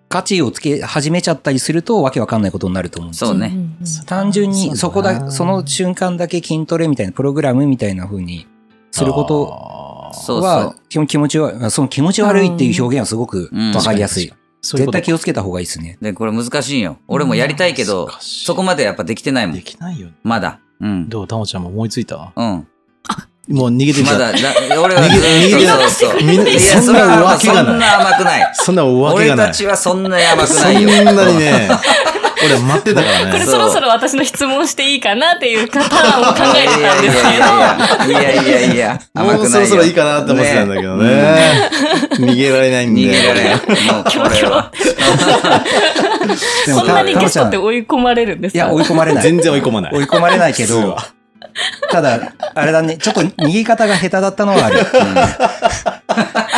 [SPEAKER 3] 価値をつけ始めちゃったりすると、わけわかんないことになると思うんですよ
[SPEAKER 2] そうね。
[SPEAKER 4] んんん
[SPEAKER 3] 単純に、そこ
[SPEAKER 1] う
[SPEAKER 3] だ、
[SPEAKER 1] ん
[SPEAKER 3] その瞬間だけ筋トレみたいな、プログラムみたいな風にすること
[SPEAKER 1] と
[SPEAKER 2] そうそ
[SPEAKER 3] は、基本気持ち悪い、その気持ち悪いっていう表現はすごく
[SPEAKER 2] うん
[SPEAKER 3] わかりやすい。
[SPEAKER 1] そういう
[SPEAKER 3] 絶
[SPEAKER 1] こと
[SPEAKER 3] 対気をつけた方がいいですね。
[SPEAKER 2] う。で、これ難しいよ。俺もやりたいけど、
[SPEAKER 1] 難しい
[SPEAKER 2] そこまでやっぱできてないも
[SPEAKER 1] で
[SPEAKER 2] ん。
[SPEAKER 1] きないよね。
[SPEAKER 2] まだ。うん。
[SPEAKER 1] どうたもちゃんも思いついた
[SPEAKER 2] うん。
[SPEAKER 1] もう逃げてき
[SPEAKER 2] ま
[SPEAKER 1] た。
[SPEAKER 2] だ、だ俺はず
[SPEAKER 1] 逃げて
[SPEAKER 2] っとそうそう。
[SPEAKER 1] みんな
[SPEAKER 2] や
[SPEAKER 1] そんなわけが
[SPEAKER 2] そん
[SPEAKER 1] ない。
[SPEAKER 2] な甘くない。
[SPEAKER 1] そんなわけ
[SPEAKER 2] 俺
[SPEAKER 1] がな
[SPEAKER 2] た
[SPEAKER 1] い。
[SPEAKER 2] ちはそんな甘く
[SPEAKER 1] そ
[SPEAKER 2] ないよ。
[SPEAKER 1] んなにね、俺は待ってたから
[SPEAKER 4] これ
[SPEAKER 1] ね。
[SPEAKER 4] そろそろ私の質問していいかなっていうパターンを考えてたんですけど、
[SPEAKER 2] いやいやいやいやいやいや、甘くないよ。
[SPEAKER 1] もうそろそろいいかなって思ってたんだけどね。逃げられないんで。
[SPEAKER 2] 逃げられん。も うこれは。
[SPEAKER 3] で
[SPEAKER 4] そんなに
[SPEAKER 3] た
[SPEAKER 4] ゲ
[SPEAKER 3] ま
[SPEAKER 4] ス
[SPEAKER 3] ち
[SPEAKER 4] ト
[SPEAKER 3] ゃん
[SPEAKER 4] って追い込まれるんです
[SPEAKER 3] い
[SPEAKER 4] か
[SPEAKER 3] や、追い込まれない。
[SPEAKER 1] 全然追い込まない
[SPEAKER 3] 追い込まれないけ
[SPEAKER 1] 普通
[SPEAKER 3] ど
[SPEAKER 1] は、
[SPEAKER 3] ただ、あれだね、ちょっと逃げ方が下手だったのはある。
[SPEAKER 4] ま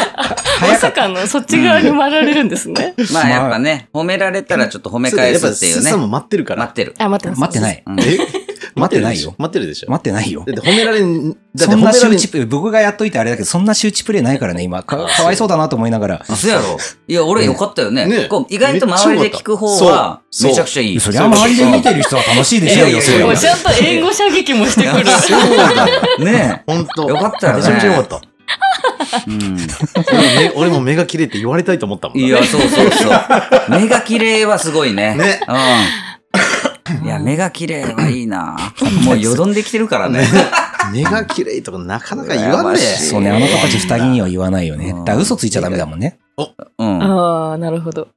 [SPEAKER 3] 早か
[SPEAKER 4] さ
[SPEAKER 3] っ
[SPEAKER 4] かのそっち側に回られるんですね。
[SPEAKER 2] まあやっぱね、褒められたらちょっと褒め返すっていう
[SPEAKER 1] そうだよやっぱスーさんも
[SPEAKER 2] ね。
[SPEAKER 1] 待ってるか
[SPEAKER 2] 待っ
[SPEAKER 1] ら。
[SPEAKER 2] てる。
[SPEAKER 4] あ、待って
[SPEAKER 3] た。
[SPEAKER 4] ま
[SPEAKER 3] 待
[SPEAKER 4] す
[SPEAKER 3] ってない。
[SPEAKER 2] うん
[SPEAKER 1] え
[SPEAKER 3] 待ってないよ
[SPEAKER 1] 待ってるでしょ。
[SPEAKER 3] 待
[SPEAKER 1] 待
[SPEAKER 3] ってないよ
[SPEAKER 1] って。るでしょ。だって褒められん、だって
[SPEAKER 3] そ
[SPEAKER 1] 褒
[SPEAKER 3] ん
[SPEAKER 1] め
[SPEAKER 3] な
[SPEAKER 1] られ
[SPEAKER 3] 周
[SPEAKER 1] ん
[SPEAKER 3] 知プレイ、僕がやっといてあれだけど、そんな周知プレイないからね、今。かかわいそうだなと思いながら。
[SPEAKER 2] そうやろ。いや、俺よかったよね。
[SPEAKER 1] ね
[SPEAKER 2] こう意外と周りで聞く方は、
[SPEAKER 1] そう
[SPEAKER 2] めちゃくちゃいい。
[SPEAKER 3] そりゃ周りで見てる人は楽しいでしょうよ、
[SPEAKER 2] い
[SPEAKER 3] そ
[SPEAKER 2] やいやい
[SPEAKER 3] れ
[SPEAKER 4] も
[SPEAKER 3] は
[SPEAKER 4] う
[SPEAKER 2] や
[SPEAKER 4] ちゃんと援護射撃もしてく る。
[SPEAKER 1] そうだよ。
[SPEAKER 2] ね
[SPEAKER 1] ほんと。
[SPEAKER 2] よかったよね
[SPEAKER 1] めちゃめちゃよかった。
[SPEAKER 2] え。
[SPEAKER 1] 俺も目
[SPEAKER 2] うん。
[SPEAKER 1] 俺も目が綺麗って言われたいと思ったもん
[SPEAKER 2] い
[SPEAKER 1] ね。
[SPEAKER 2] や、そうそうそう。目が綺麗はすごいね。
[SPEAKER 1] ね。
[SPEAKER 2] うん。いや、目が綺麗はいいな。もうよどんできてるからね。
[SPEAKER 1] 目が綺麗とかなかなか言わん
[SPEAKER 2] 羨ま
[SPEAKER 1] ね
[SPEAKER 2] しい
[SPEAKER 3] そうね、あなたたち二人には言わないよね。
[SPEAKER 2] う
[SPEAKER 3] だ
[SPEAKER 2] ん
[SPEAKER 3] から嘘ついちゃダメだもんね。
[SPEAKER 2] うん。
[SPEAKER 4] ああ、なるほど。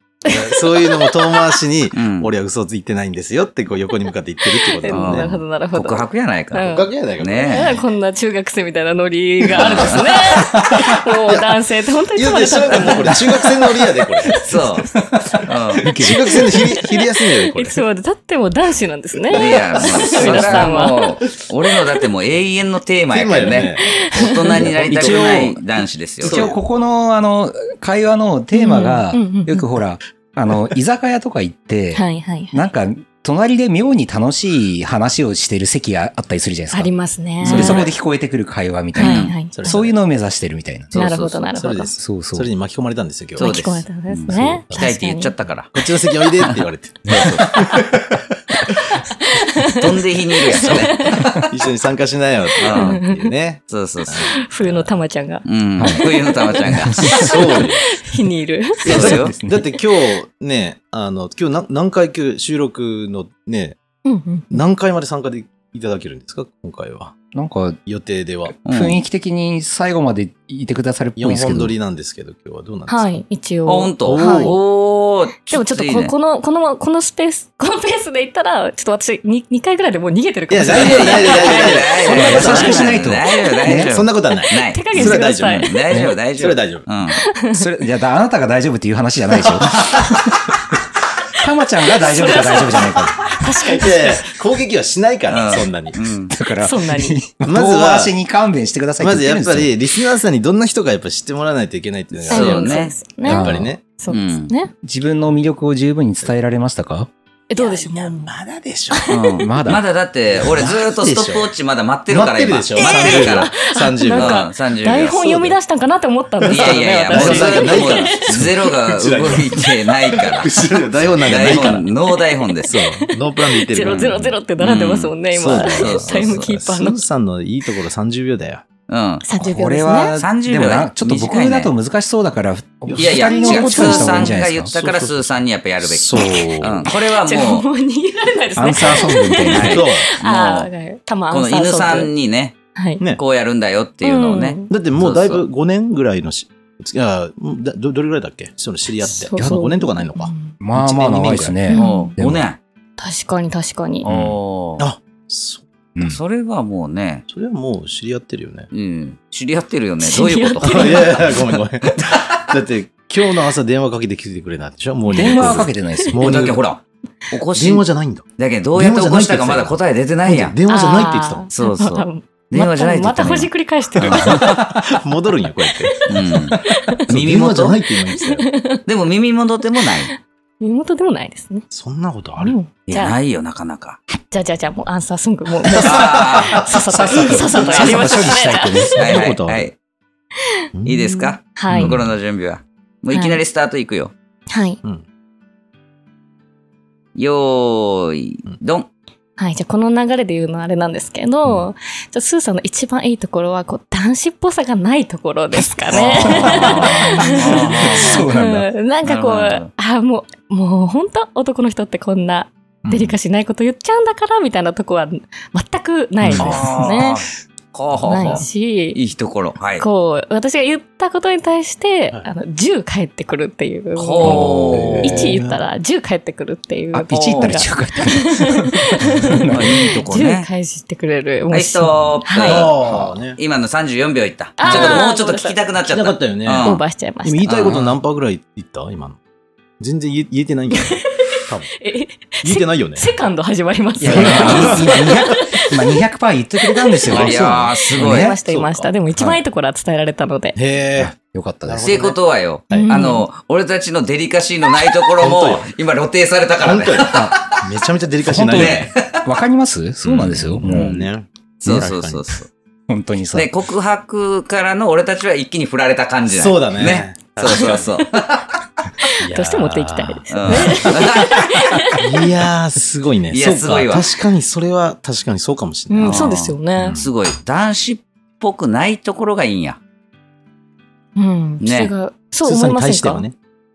[SPEAKER 1] そういうのも遠回しに、
[SPEAKER 2] うん。
[SPEAKER 1] 俺は嘘ついてないんですよって、こう横に向かって言ってるってことだもん
[SPEAKER 4] なる
[SPEAKER 1] ね。
[SPEAKER 4] ほど、なるほど。
[SPEAKER 2] 告白やないか。
[SPEAKER 5] おかげやないか。
[SPEAKER 2] ね
[SPEAKER 4] こんな中学生みたいなノリがあるんですね。 もう男性って本当に
[SPEAKER 5] い
[SPEAKER 4] いつ
[SPEAKER 5] や、
[SPEAKER 4] ま
[SPEAKER 5] で、
[SPEAKER 4] で
[SPEAKER 5] しょ
[SPEAKER 4] 経っ
[SPEAKER 5] う
[SPEAKER 4] て
[SPEAKER 5] がもうこれ中学生のノリやで、これ。
[SPEAKER 2] え。そう。う ん。
[SPEAKER 5] 中学生の昼昼休みやで、こ
[SPEAKER 4] も、い
[SPEAKER 5] れ。
[SPEAKER 4] つまで経っても男子なんですね。
[SPEAKER 2] いや、まあ、それ
[SPEAKER 4] 皆さん
[SPEAKER 2] は
[SPEAKER 4] は
[SPEAKER 2] もう、俺のだってもう永遠のテーマやからね。。大人になりたくない男子ですよ。
[SPEAKER 3] 一応ここの、あの、会話のテーマが
[SPEAKER 4] うんうんうんう、ん
[SPEAKER 3] よくほら、あの、居酒屋とか行 って、
[SPEAKER 4] はいはい。
[SPEAKER 3] なんか、隣で妙に楽しい話をしてる席あったりするじゃないですか。
[SPEAKER 4] ありますね。
[SPEAKER 3] それそこで聞こえてくる会話みたい
[SPEAKER 4] は
[SPEAKER 3] な。
[SPEAKER 4] いはい。
[SPEAKER 1] それ
[SPEAKER 3] そういうのを目指してるみたいな。
[SPEAKER 2] そう
[SPEAKER 4] な
[SPEAKER 2] そう
[SPEAKER 4] る
[SPEAKER 2] そう
[SPEAKER 4] ほど、なる
[SPEAKER 1] そ
[SPEAKER 4] ほ
[SPEAKER 1] れ
[SPEAKER 4] ど
[SPEAKER 1] で。す。
[SPEAKER 3] そうそう
[SPEAKER 1] それに巻き込まれたんですよ、今
[SPEAKER 2] そ
[SPEAKER 1] 日
[SPEAKER 2] う。
[SPEAKER 4] 聞こえたんですね。
[SPEAKER 2] 来たいって言っちゃったから。
[SPEAKER 1] こっちの席おいでって言われて。
[SPEAKER 2] 飛んで火にいるやつね。
[SPEAKER 1] 一緒に参加しなよっていうね。
[SPEAKER 2] そうそうそ
[SPEAKER 4] 冬のたまちゃんが
[SPEAKER 2] う。うん。冬のたまちゃんが。
[SPEAKER 1] そうよ。
[SPEAKER 4] 火にいる。
[SPEAKER 2] そうよ。
[SPEAKER 1] だって今日ね、あの、今日何何回今日収録のね、
[SPEAKER 4] うん
[SPEAKER 1] 何回まで参加でいただけるんですか今回は。
[SPEAKER 3] なんか、
[SPEAKER 1] 予定では。
[SPEAKER 2] うん
[SPEAKER 3] 雰囲気的に最後までいてくださるっぽいで
[SPEAKER 1] 4
[SPEAKER 3] すけ
[SPEAKER 1] 本
[SPEAKER 3] ど
[SPEAKER 1] 撮。りなんですけど、今日はどうなんですか、
[SPEAKER 4] はい、一
[SPEAKER 2] あ、
[SPEAKER 4] 応。
[SPEAKER 2] ほんと
[SPEAKER 4] はい
[SPEAKER 2] おー。
[SPEAKER 4] でもちょっと
[SPEAKER 2] きつい
[SPEAKER 4] こ、
[SPEAKER 2] ね
[SPEAKER 4] この、この、このスペース、 このペースで行ったら、ちょっと私、に2回ぐらいでもう逃げてるかもしれない
[SPEAKER 1] いや大丈夫大丈夫
[SPEAKER 2] 大丈夫
[SPEAKER 3] 優しくしないと
[SPEAKER 2] 大丈夫、大丈夫。
[SPEAKER 1] そんなことはない。
[SPEAKER 2] ない。
[SPEAKER 4] 手加減してください。
[SPEAKER 2] うん大丈夫、大
[SPEAKER 1] それ
[SPEAKER 2] 丈
[SPEAKER 1] は
[SPEAKER 2] 夫。
[SPEAKER 1] 大丈夫。
[SPEAKER 2] うん。
[SPEAKER 3] それ、いや、だあなたが大丈夫っていう話じゃないでし ょ。たまちゃんが大丈夫か大丈夫じゃないか。
[SPEAKER 1] いやいや、攻撃はしないから、
[SPEAKER 2] うん
[SPEAKER 1] そんなに。
[SPEAKER 2] うん。
[SPEAKER 3] だから、
[SPEAKER 4] そんなに
[SPEAKER 3] まず
[SPEAKER 1] まずは
[SPEAKER 3] は、に勘弁してください
[SPEAKER 1] ま
[SPEAKER 3] って
[SPEAKER 1] ず
[SPEAKER 3] 言ってる
[SPEAKER 1] やっ
[SPEAKER 3] んですよ。
[SPEAKER 1] ぱり、リスナーさんにどんな人かやっぱ知ってもらわないといけないっていうのがある
[SPEAKER 2] そう
[SPEAKER 1] よ
[SPEAKER 2] ね
[SPEAKER 1] ね。
[SPEAKER 4] ですね
[SPEAKER 1] やっぱりね。
[SPEAKER 4] そうですね。
[SPEAKER 3] 自分の魅力を十分に伝えられましたか
[SPEAKER 4] え、どうでしょう
[SPEAKER 1] いや、まだでしょ。
[SPEAKER 3] うんまだ
[SPEAKER 2] まだだって、俺ずーっとストップウォッチまだ待ってるから、
[SPEAKER 1] 待ってる
[SPEAKER 2] 今。
[SPEAKER 1] でしょ
[SPEAKER 2] 待ってるから。
[SPEAKER 1] 30
[SPEAKER 4] なん
[SPEAKER 1] 秒。
[SPEAKER 4] か
[SPEAKER 2] うん、30秒。
[SPEAKER 4] 台本読み出したんかなって思ったんです
[SPEAKER 2] い
[SPEAKER 4] け
[SPEAKER 2] や
[SPEAKER 4] ど
[SPEAKER 2] い
[SPEAKER 4] ね、
[SPEAKER 2] やいや、もう
[SPEAKER 4] 私
[SPEAKER 2] ず。ーっとも
[SPEAKER 1] ないか
[SPEAKER 2] うゼロが動いてないから。
[SPEAKER 1] 後ろに台本なんかな
[SPEAKER 2] 台
[SPEAKER 1] いから。
[SPEAKER 2] 本、ノー台本です。
[SPEAKER 1] ノープランで言ってる
[SPEAKER 4] ゼ
[SPEAKER 1] か
[SPEAKER 4] ロ
[SPEAKER 1] ら。
[SPEAKER 4] ゼロゼロって並んでますもんね、今。
[SPEAKER 2] そうそう
[SPEAKER 4] タイムキーパー
[SPEAKER 1] ス
[SPEAKER 4] の
[SPEAKER 1] ー。さんのいいところ30秒だよ。
[SPEAKER 2] うん。
[SPEAKER 4] 30
[SPEAKER 3] こ
[SPEAKER 4] 秒で
[SPEAKER 3] れ
[SPEAKER 4] すね。
[SPEAKER 3] は、
[SPEAKER 2] 30秒
[SPEAKER 3] でもなちょっと僕だと難しそうだから、
[SPEAKER 2] いやいや、
[SPEAKER 3] 二
[SPEAKER 2] 違
[SPEAKER 3] 人の
[SPEAKER 2] う、
[SPEAKER 3] こと
[SPEAKER 2] ス
[SPEAKER 3] に
[SPEAKER 2] ー
[SPEAKER 3] した方
[SPEAKER 2] さ
[SPEAKER 3] がいいん
[SPEAKER 2] ん
[SPEAKER 3] じゃ
[SPEAKER 2] が
[SPEAKER 3] ないで
[SPEAKER 2] 言っ
[SPEAKER 3] す
[SPEAKER 2] た
[SPEAKER 3] か。
[SPEAKER 2] から、スーさんにやっぱやるべき。
[SPEAKER 1] そう。
[SPEAKER 2] うん。これは
[SPEAKER 4] じゃあも
[SPEAKER 2] もう、
[SPEAKER 4] う逃げられないです
[SPEAKER 3] アン
[SPEAKER 4] ね。
[SPEAKER 3] サーソングみたいな。
[SPEAKER 1] そう。
[SPEAKER 4] ああ、
[SPEAKER 2] も
[SPEAKER 4] はいたま
[SPEAKER 2] う、この犬さんにね、
[SPEAKER 4] はい。
[SPEAKER 1] ね。
[SPEAKER 2] こうやるんだよっていうのをね。
[SPEAKER 1] だってもうだい
[SPEAKER 2] そう
[SPEAKER 1] ぶ5年ぐらいのし、いや、だど、どれぐらいだっけその知り合って。
[SPEAKER 4] そう
[SPEAKER 1] いや5年とかないのか。
[SPEAKER 4] うん
[SPEAKER 3] まあまあ長いです
[SPEAKER 4] う
[SPEAKER 3] ね
[SPEAKER 4] ん。
[SPEAKER 2] もう、5年。
[SPEAKER 4] 確かに確かに。
[SPEAKER 2] おー
[SPEAKER 1] あそう。
[SPEAKER 3] うん
[SPEAKER 2] それはもうね、
[SPEAKER 1] それはもう知り合ってるよね。
[SPEAKER 2] うん。知り合ってるよね。どういうこ
[SPEAKER 1] い
[SPEAKER 2] と
[SPEAKER 1] やいやいや、ごめんごめん。だって、今日の朝電話かけてきてくれなってでしょもう
[SPEAKER 3] 電話はかけてないですよ。
[SPEAKER 1] もう
[SPEAKER 2] だけどほら、起こし
[SPEAKER 1] 電、話じゃないんだ。
[SPEAKER 2] だけどどうやって起こしたかまだ答え出てないやん。
[SPEAKER 1] 電話じゃないって言ってたもん
[SPEAKER 2] そう そ
[SPEAKER 4] あ
[SPEAKER 2] う。電話じゃないって言
[SPEAKER 4] ま
[SPEAKER 2] った
[SPEAKER 4] た
[SPEAKER 2] の
[SPEAKER 4] ほじくり返してる。
[SPEAKER 1] 戻るんや、こうやって。
[SPEAKER 2] うん。耳
[SPEAKER 1] 電話じゃ
[SPEAKER 2] 元
[SPEAKER 1] ないって今言ってたよ。
[SPEAKER 2] でも耳元でもない。
[SPEAKER 4] 身元でもないですね。
[SPEAKER 1] そんなことある
[SPEAKER 4] うん
[SPEAKER 2] い
[SPEAKER 4] じ
[SPEAKER 2] や、
[SPEAKER 4] ゃあ、
[SPEAKER 2] ないよ、なかなか。
[SPEAKER 4] じゃあじゃあじゃあ、もうアンサーソング、もう、もう
[SPEAKER 2] あ
[SPEAKER 4] さっさと、さっさとやりましょう
[SPEAKER 3] さっさと処理したい
[SPEAKER 1] そん
[SPEAKER 2] ーはい
[SPEAKER 3] とね
[SPEAKER 4] ね。
[SPEAKER 1] な
[SPEAKER 2] は
[SPEAKER 1] こ
[SPEAKER 2] い
[SPEAKER 1] とあ
[SPEAKER 2] は
[SPEAKER 1] る。
[SPEAKER 2] い。いいですか
[SPEAKER 4] はい。
[SPEAKER 2] 心の準備は。もういきなりスタートいくよ。
[SPEAKER 4] はい。
[SPEAKER 2] よーい、どん。
[SPEAKER 4] はい。じゃあ、この流れで言うのはあれなんですけど、じゃあ、スーさんの一番いいところは、こう、男子っぽさがないところです かね。
[SPEAKER 3] そうなんだ。
[SPEAKER 4] うんなんかこう、
[SPEAKER 2] なるほ
[SPEAKER 4] ああ、もう、もう本当男の人ってこんなデリカシーないこと言っちゃうんだから、みたいなとこは全くないですね。
[SPEAKER 2] ほうほうほ
[SPEAKER 4] な
[SPEAKER 2] う
[SPEAKER 4] い。し、
[SPEAKER 2] いいところ。はい。
[SPEAKER 4] こう、私が言ったことに対して、
[SPEAKER 1] はい
[SPEAKER 4] あの、10返ってくるっていう。
[SPEAKER 2] ほう。
[SPEAKER 4] 1言ったら10返ってくるっていう。
[SPEAKER 3] あ、1行ったら中華行ったら。
[SPEAKER 2] あいいとこ
[SPEAKER 4] 10
[SPEAKER 2] ね。
[SPEAKER 4] 返してくれる。
[SPEAKER 2] はい、スト
[SPEAKER 4] はい
[SPEAKER 2] ップ。
[SPEAKER 1] ああ、ね。
[SPEAKER 2] 今の34秒いった。
[SPEAKER 4] あー
[SPEAKER 2] ちょっともうちょっと聞きたくなっち
[SPEAKER 1] 聞
[SPEAKER 2] ゃ
[SPEAKER 1] き
[SPEAKER 2] った
[SPEAKER 1] なか。ったよね。
[SPEAKER 2] うん
[SPEAKER 4] オーバーしちゃいま
[SPEAKER 1] 今
[SPEAKER 4] し
[SPEAKER 1] 言い
[SPEAKER 4] た。
[SPEAKER 1] たいこと何パーぐらい言った今の。全然言え言えてないんだ よ。多分。
[SPEAKER 4] え、
[SPEAKER 1] 言えてないよね。
[SPEAKER 4] セカンド始まります
[SPEAKER 3] いや
[SPEAKER 4] よ。
[SPEAKER 3] いや、今200、今200パー言ってくれたんですよ。
[SPEAKER 1] あ
[SPEAKER 2] い
[SPEAKER 1] そうな
[SPEAKER 2] やー、すごい
[SPEAKER 4] い
[SPEAKER 3] ね。
[SPEAKER 4] ました、いまし
[SPEAKER 1] そうか
[SPEAKER 4] た。でも一番いいところは伝えられたので。
[SPEAKER 1] へえ。
[SPEAKER 3] よかったで
[SPEAKER 1] なるほ
[SPEAKER 3] す
[SPEAKER 1] ど
[SPEAKER 2] っ。てことはよ、
[SPEAKER 4] はい
[SPEAKER 2] あの、俺たちのデリカシーのないところ
[SPEAKER 1] 本
[SPEAKER 2] も、今露呈されたから
[SPEAKER 1] 本
[SPEAKER 2] ね
[SPEAKER 1] 当。だめちゃめちゃデリカシーないよね。
[SPEAKER 3] わかりますそうなんですよ。
[SPEAKER 1] う、
[SPEAKER 3] もうん
[SPEAKER 1] ね。
[SPEAKER 2] そうそうそうそ
[SPEAKER 3] 本当に
[SPEAKER 2] う。
[SPEAKER 3] さ。
[SPEAKER 2] で、告白からの俺たちは一気に振られた感じなの
[SPEAKER 1] そうだね
[SPEAKER 2] そうそうそう。
[SPEAKER 1] ど
[SPEAKER 4] どうしても持っていきたいです。
[SPEAKER 1] いやー、すごいね。
[SPEAKER 2] いや
[SPEAKER 1] そうか
[SPEAKER 2] すごいわ
[SPEAKER 1] 確かに、それは確かにそうかもしれ
[SPEAKER 4] う
[SPEAKER 1] ない。
[SPEAKER 4] ん、そうですよね
[SPEAKER 2] うん。すごい。男子っぽくないところがいいんや。
[SPEAKER 4] うん。
[SPEAKER 2] ね
[SPEAKER 4] それが、
[SPEAKER 1] ス
[SPEAKER 4] そう
[SPEAKER 1] ー
[SPEAKER 4] 思
[SPEAKER 1] さん
[SPEAKER 4] い
[SPEAKER 1] に
[SPEAKER 4] ま
[SPEAKER 1] 対
[SPEAKER 4] せ
[SPEAKER 1] し
[SPEAKER 4] ん
[SPEAKER 1] ては
[SPEAKER 4] か
[SPEAKER 1] ね。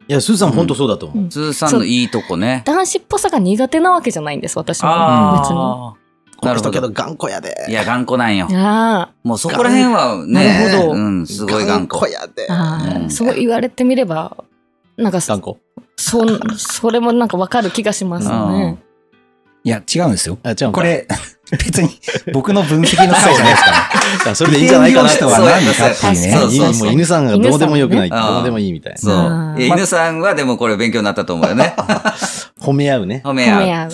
[SPEAKER 1] いや、スーさん本当そうだと思う。
[SPEAKER 2] 通さんのいいとこね。
[SPEAKER 4] 男子っぽさが苦手なわけじゃないんです、私も。別に。
[SPEAKER 2] ああ。
[SPEAKER 1] こ
[SPEAKER 2] な
[SPEAKER 1] の
[SPEAKER 2] るほ
[SPEAKER 1] 人け
[SPEAKER 2] ど
[SPEAKER 1] ど。頑固やで。
[SPEAKER 2] いや、頑固なんよ。
[SPEAKER 4] あ
[SPEAKER 2] もうそこら辺はね、
[SPEAKER 4] なるほど
[SPEAKER 2] うん、すごい頑固。
[SPEAKER 5] やで
[SPEAKER 4] あ、ああ
[SPEAKER 2] うん
[SPEAKER 4] そう言われてみれば、なんかそ
[SPEAKER 1] 頑固。
[SPEAKER 4] そん、それもなんかわかる気がしますね。
[SPEAKER 3] いや、違うんですよ。
[SPEAKER 1] あ、違う
[SPEAKER 3] こ、れ、別に僕の分析の回じゃないですから、ね。
[SPEAKER 1] あそれでいいんじゃないかなって
[SPEAKER 3] 人は何かっていうね。
[SPEAKER 2] そうそう
[SPEAKER 1] 犬
[SPEAKER 2] そう
[SPEAKER 1] もう犬さんがどうでもよくない。
[SPEAKER 2] 犬さんね
[SPEAKER 1] どうでもいいみたいな。
[SPEAKER 2] そう
[SPEAKER 4] あ。ー
[SPEAKER 2] え犬さんはでもこれ勉強になったと思うよ ね。
[SPEAKER 1] 褒め合うね。
[SPEAKER 2] 褒め
[SPEAKER 4] 褒め
[SPEAKER 2] 合う。
[SPEAKER 4] 合う。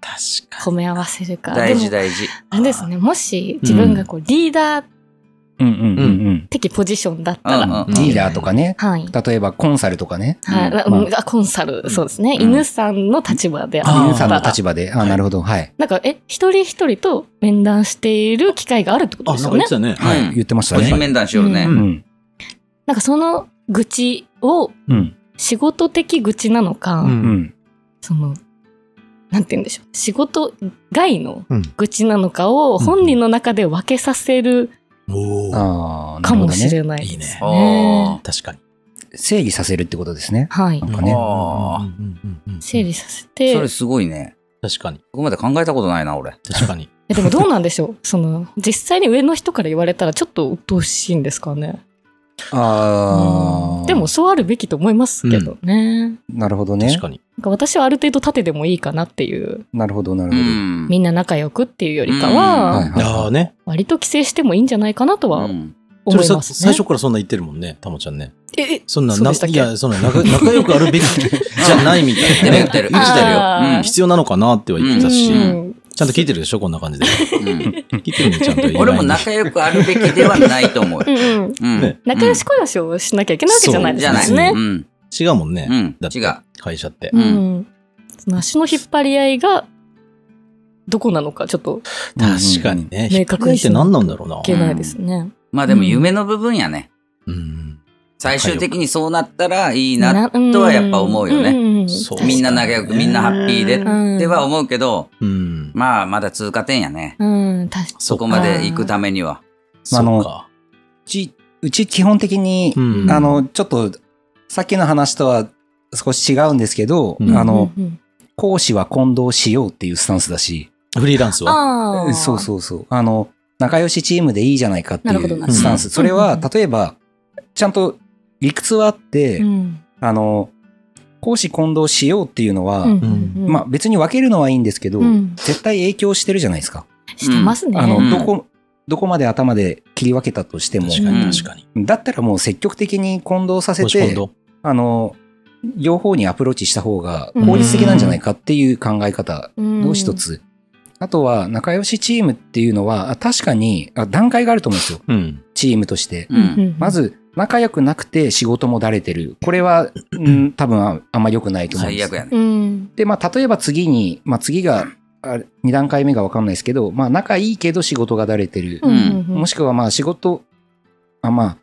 [SPEAKER 1] 確か
[SPEAKER 4] 褒め合わせるか。
[SPEAKER 2] 大事
[SPEAKER 4] でも
[SPEAKER 2] 大事。
[SPEAKER 4] あれですね、もし自分がこうリーダー
[SPEAKER 3] うんうんうんうん。
[SPEAKER 4] 的ポジションだっ
[SPEAKER 2] うんう
[SPEAKER 4] たら、
[SPEAKER 2] んうん。
[SPEAKER 3] リーダーとかね。
[SPEAKER 4] はい。
[SPEAKER 3] 例えばコンサルとかね。
[SPEAKER 4] はい
[SPEAKER 2] うん
[SPEAKER 4] あ
[SPEAKER 3] まあ
[SPEAKER 4] うんあコンサル、そうですね。
[SPEAKER 2] うん
[SPEAKER 4] 犬さんの立場であ
[SPEAKER 1] あー
[SPEAKER 3] 犬
[SPEAKER 4] っ
[SPEAKER 3] さ
[SPEAKER 4] た
[SPEAKER 3] んの
[SPEAKER 4] ら、
[SPEAKER 3] 立場で。あ、なるほど。はい。
[SPEAKER 4] なんか、え、一人一人と面談している機会があるってこと
[SPEAKER 1] に。
[SPEAKER 4] で
[SPEAKER 1] あ、
[SPEAKER 4] す
[SPEAKER 1] なんか
[SPEAKER 4] よ
[SPEAKER 1] 言
[SPEAKER 4] ね
[SPEAKER 1] って。たね。
[SPEAKER 2] は
[SPEAKER 3] はいい。言ってました
[SPEAKER 2] 個人
[SPEAKER 3] ね。
[SPEAKER 2] 面談しよるね
[SPEAKER 4] う
[SPEAKER 3] う。ん。
[SPEAKER 4] なんかその愚痴を、
[SPEAKER 3] うん。
[SPEAKER 4] 仕事的愚痴なのか、
[SPEAKER 1] う。
[SPEAKER 3] うんん。
[SPEAKER 4] その、なんて言うんでしょう。仕事外の
[SPEAKER 1] うん
[SPEAKER 4] 愚痴なのかを
[SPEAKER 3] うん
[SPEAKER 4] 本人の中で分けさせる
[SPEAKER 1] おー
[SPEAKER 3] ああ、な
[SPEAKER 4] か
[SPEAKER 3] るほ
[SPEAKER 4] も
[SPEAKER 3] ど
[SPEAKER 4] し
[SPEAKER 3] ね。
[SPEAKER 4] れない
[SPEAKER 1] いい
[SPEAKER 4] で
[SPEAKER 1] ね
[SPEAKER 4] す
[SPEAKER 2] お
[SPEAKER 4] ね。
[SPEAKER 1] 確かに。
[SPEAKER 3] 整理させるってことですね。
[SPEAKER 4] はい
[SPEAKER 3] な。んかね。
[SPEAKER 2] あ
[SPEAKER 1] うん
[SPEAKER 2] ー
[SPEAKER 1] うんうんうん
[SPEAKER 4] 整理させ
[SPEAKER 2] そ
[SPEAKER 4] て
[SPEAKER 2] れ。すごいね。
[SPEAKER 1] 確かに。
[SPEAKER 2] ここまで考えたことないな、俺。
[SPEAKER 1] 確かに。
[SPEAKER 4] えでもどうなんで しょうその、実際に上の人から言われたらちょっと鬱陶しいんですかね。
[SPEAKER 3] ああ。
[SPEAKER 4] でも、そうあるべきと思いますけどね。
[SPEAKER 3] なるほどね
[SPEAKER 1] 確。かに。
[SPEAKER 4] なんか私はある程度縦でもいいかなっていう、
[SPEAKER 3] なるほど、なる
[SPEAKER 2] う
[SPEAKER 3] ほど。
[SPEAKER 2] ん。
[SPEAKER 4] みんな仲良くっていうよりか
[SPEAKER 2] うん
[SPEAKER 3] はい
[SPEAKER 4] は、
[SPEAKER 3] はい
[SPEAKER 1] ああね。
[SPEAKER 4] 割と規制してもいいんじゃないかなとは
[SPEAKER 2] うん
[SPEAKER 1] そ
[SPEAKER 4] 思
[SPEAKER 1] れ
[SPEAKER 4] い
[SPEAKER 1] さ
[SPEAKER 4] ますね。
[SPEAKER 1] 最初からそんな言ってるもんね、たもちゃんね。
[SPEAKER 4] え、え
[SPEAKER 1] そんな、
[SPEAKER 4] そう
[SPEAKER 1] な
[SPEAKER 4] でしたっ
[SPEAKER 1] い
[SPEAKER 4] け
[SPEAKER 1] や、そんな仲、仲良くあ るべきじゃないみたいなね。
[SPEAKER 2] 言ってる
[SPEAKER 1] 言
[SPEAKER 2] 言ってる
[SPEAKER 1] ってたよ。
[SPEAKER 4] あー
[SPEAKER 2] うん
[SPEAKER 1] 必要なのかなっては言ってたし、
[SPEAKER 2] うん
[SPEAKER 1] ちゃんと聞いてるでしょこんな 感じで。
[SPEAKER 2] うん
[SPEAKER 1] 聞いてるね、ちゃんと。
[SPEAKER 2] 俺も仲良くあるべきではないと思うよ。
[SPEAKER 4] うんうん
[SPEAKER 2] うん
[SPEAKER 1] ね
[SPEAKER 4] 仲良しこよしをしなきゃいけないわけじゃないで
[SPEAKER 2] じゃ
[SPEAKER 4] す
[SPEAKER 2] ない。
[SPEAKER 4] かね
[SPEAKER 2] う。ん。
[SPEAKER 1] 違うもんね。
[SPEAKER 2] うん。
[SPEAKER 1] だって
[SPEAKER 2] 違う。
[SPEAKER 1] 会社って
[SPEAKER 4] う
[SPEAKER 2] う。ん
[SPEAKER 4] ん。その足の引っ張り合いが、どこなのかちょっと
[SPEAKER 1] 確かにね。
[SPEAKER 4] 明
[SPEAKER 1] 引っ
[SPEAKER 4] 確
[SPEAKER 1] 掛け
[SPEAKER 4] に
[SPEAKER 1] って何なんだろうな
[SPEAKER 4] 聞。けないですね。
[SPEAKER 2] まあでも夢の部分やね。
[SPEAKER 1] うん。
[SPEAKER 2] 最終的にそうなったらいいな。とはやっぱ思うよね
[SPEAKER 4] ね
[SPEAKER 1] そう
[SPEAKER 2] みんな仲良く、みんなハッピーでっては思うけど、
[SPEAKER 1] うん。
[SPEAKER 2] まあまだ通過点やね。
[SPEAKER 4] うん、確か
[SPEAKER 2] そこまで行くためには。
[SPEAKER 1] そ
[SPEAKER 3] あ
[SPEAKER 1] う
[SPEAKER 3] の
[SPEAKER 1] か。
[SPEAKER 3] うち、うち基本的に、
[SPEAKER 1] うん
[SPEAKER 3] あの、ちょっと、さっきの話とは少し違うんですけど、
[SPEAKER 1] うん
[SPEAKER 3] あの、
[SPEAKER 4] うんうん
[SPEAKER 3] 講師は混同しようっていうスタンスだし、
[SPEAKER 1] フリーランスは。
[SPEAKER 4] ああ。
[SPEAKER 3] そうそうそう。あの、仲良しチームでいいじゃないかってい
[SPEAKER 4] なるほどな
[SPEAKER 3] う
[SPEAKER 4] るほど
[SPEAKER 3] スタンス。それ
[SPEAKER 4] う
[SPEAKER 3] は、
[SPEAKER 4] んうん
[SPEAKER 3] 例えば、ちゃんと理屈はあって、
[SPEAKER 4] うん。
[SPEAKER 3] あの、講師混同しようっていうのは、
[SPEAKER 4] うんうんうん
[SPEAKER 3] まあ別に分けるのはいいんですけど、
[SPEAKER 4] うん
[SPEAKER 3] 絶対影響してるじゃないですか。
[SPEAKER 4] してますね。
[SPEAKER 3] あの、
[SPEAKER 2] うん
[SPEAKER 3] どこ、どこまで頭で切り分けたとしても。
[SPEAKER 1] 確か
[SPEAKER 4] うん
[SPEAKER 1] に、確かに。
[SPEAKER 3] だったらもう積極的に混同させ
[SPEAKER 1] もし今
[SPEAKER 3] て、
[SPEAKER 1] 度。
[SPEAKER 3] あの、両方にアプローチした方が
[SPEAKER 4] うん
[SPEAKER 3] 効率的なんじゃないかっていう考え方
[SPEAKER 4] ど
[SPEAKER 3] の一。つ。あとは、仲良しチームっていうのは、あ確かにあ段階があると思うんですよ。
[SPEAKER 1] うん。
[SPEAKER 3] チームとして。
[SPEAKER 2] うん
[SPEAKER 3] ま、ず、仲良くなくて仕事もだれてる。これは、うん、多分ああんま良くないと思うんで
[SPEAKER 2] 最
[SPEAKER 3] す。
[SPEAKER 2] 悪やね。
[SPEAKER 4] うん。
[SPEAKER 3] で、まあ、例えば次に、まあ、次が、あ2段階目が分かんないですけど、まあ、仲いいけど仕事がだれてる。も
[SPEAKER 4] し
[SPEAKER 3] しくは、まあ、仕事、あ、まあ、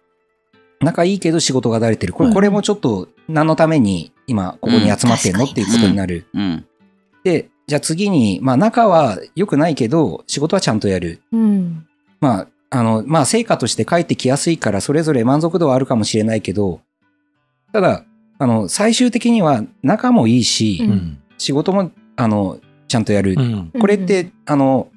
[SPEAKER 3] 仲いいけど仕事がだれてる。こ
[SPEAKER 1] は
[SPEAKER 3] れ
[SPEAKER 1] い
[SPEAKER 3] これもちょっと、何のために今、ここに集まってんの、
[SPEAKER 4] うん
[SPEAKER 3] っていうことになる。
[SPEAKER 2] うん。
[SPEAKER 3] で、じゃあ次に、まあ、仲は良くないけど、仕事はちゃんとやる。
[SPEAKER 4] うん。
[SPEAKER 3] まあ、あの、まあ、成果として返ってきやすいから、それぞれ満足度はあるかもしれないけど、ただ、あの、最終的には、仲もいいし、
[SPEAKER 4] うん
[SPEAKER 1] うん。
[SPEAKER 3] 仕事も、あの、ちゃんとやる。
[SPEAKER 1] うん。
[SPEAKER 3] これって、あの、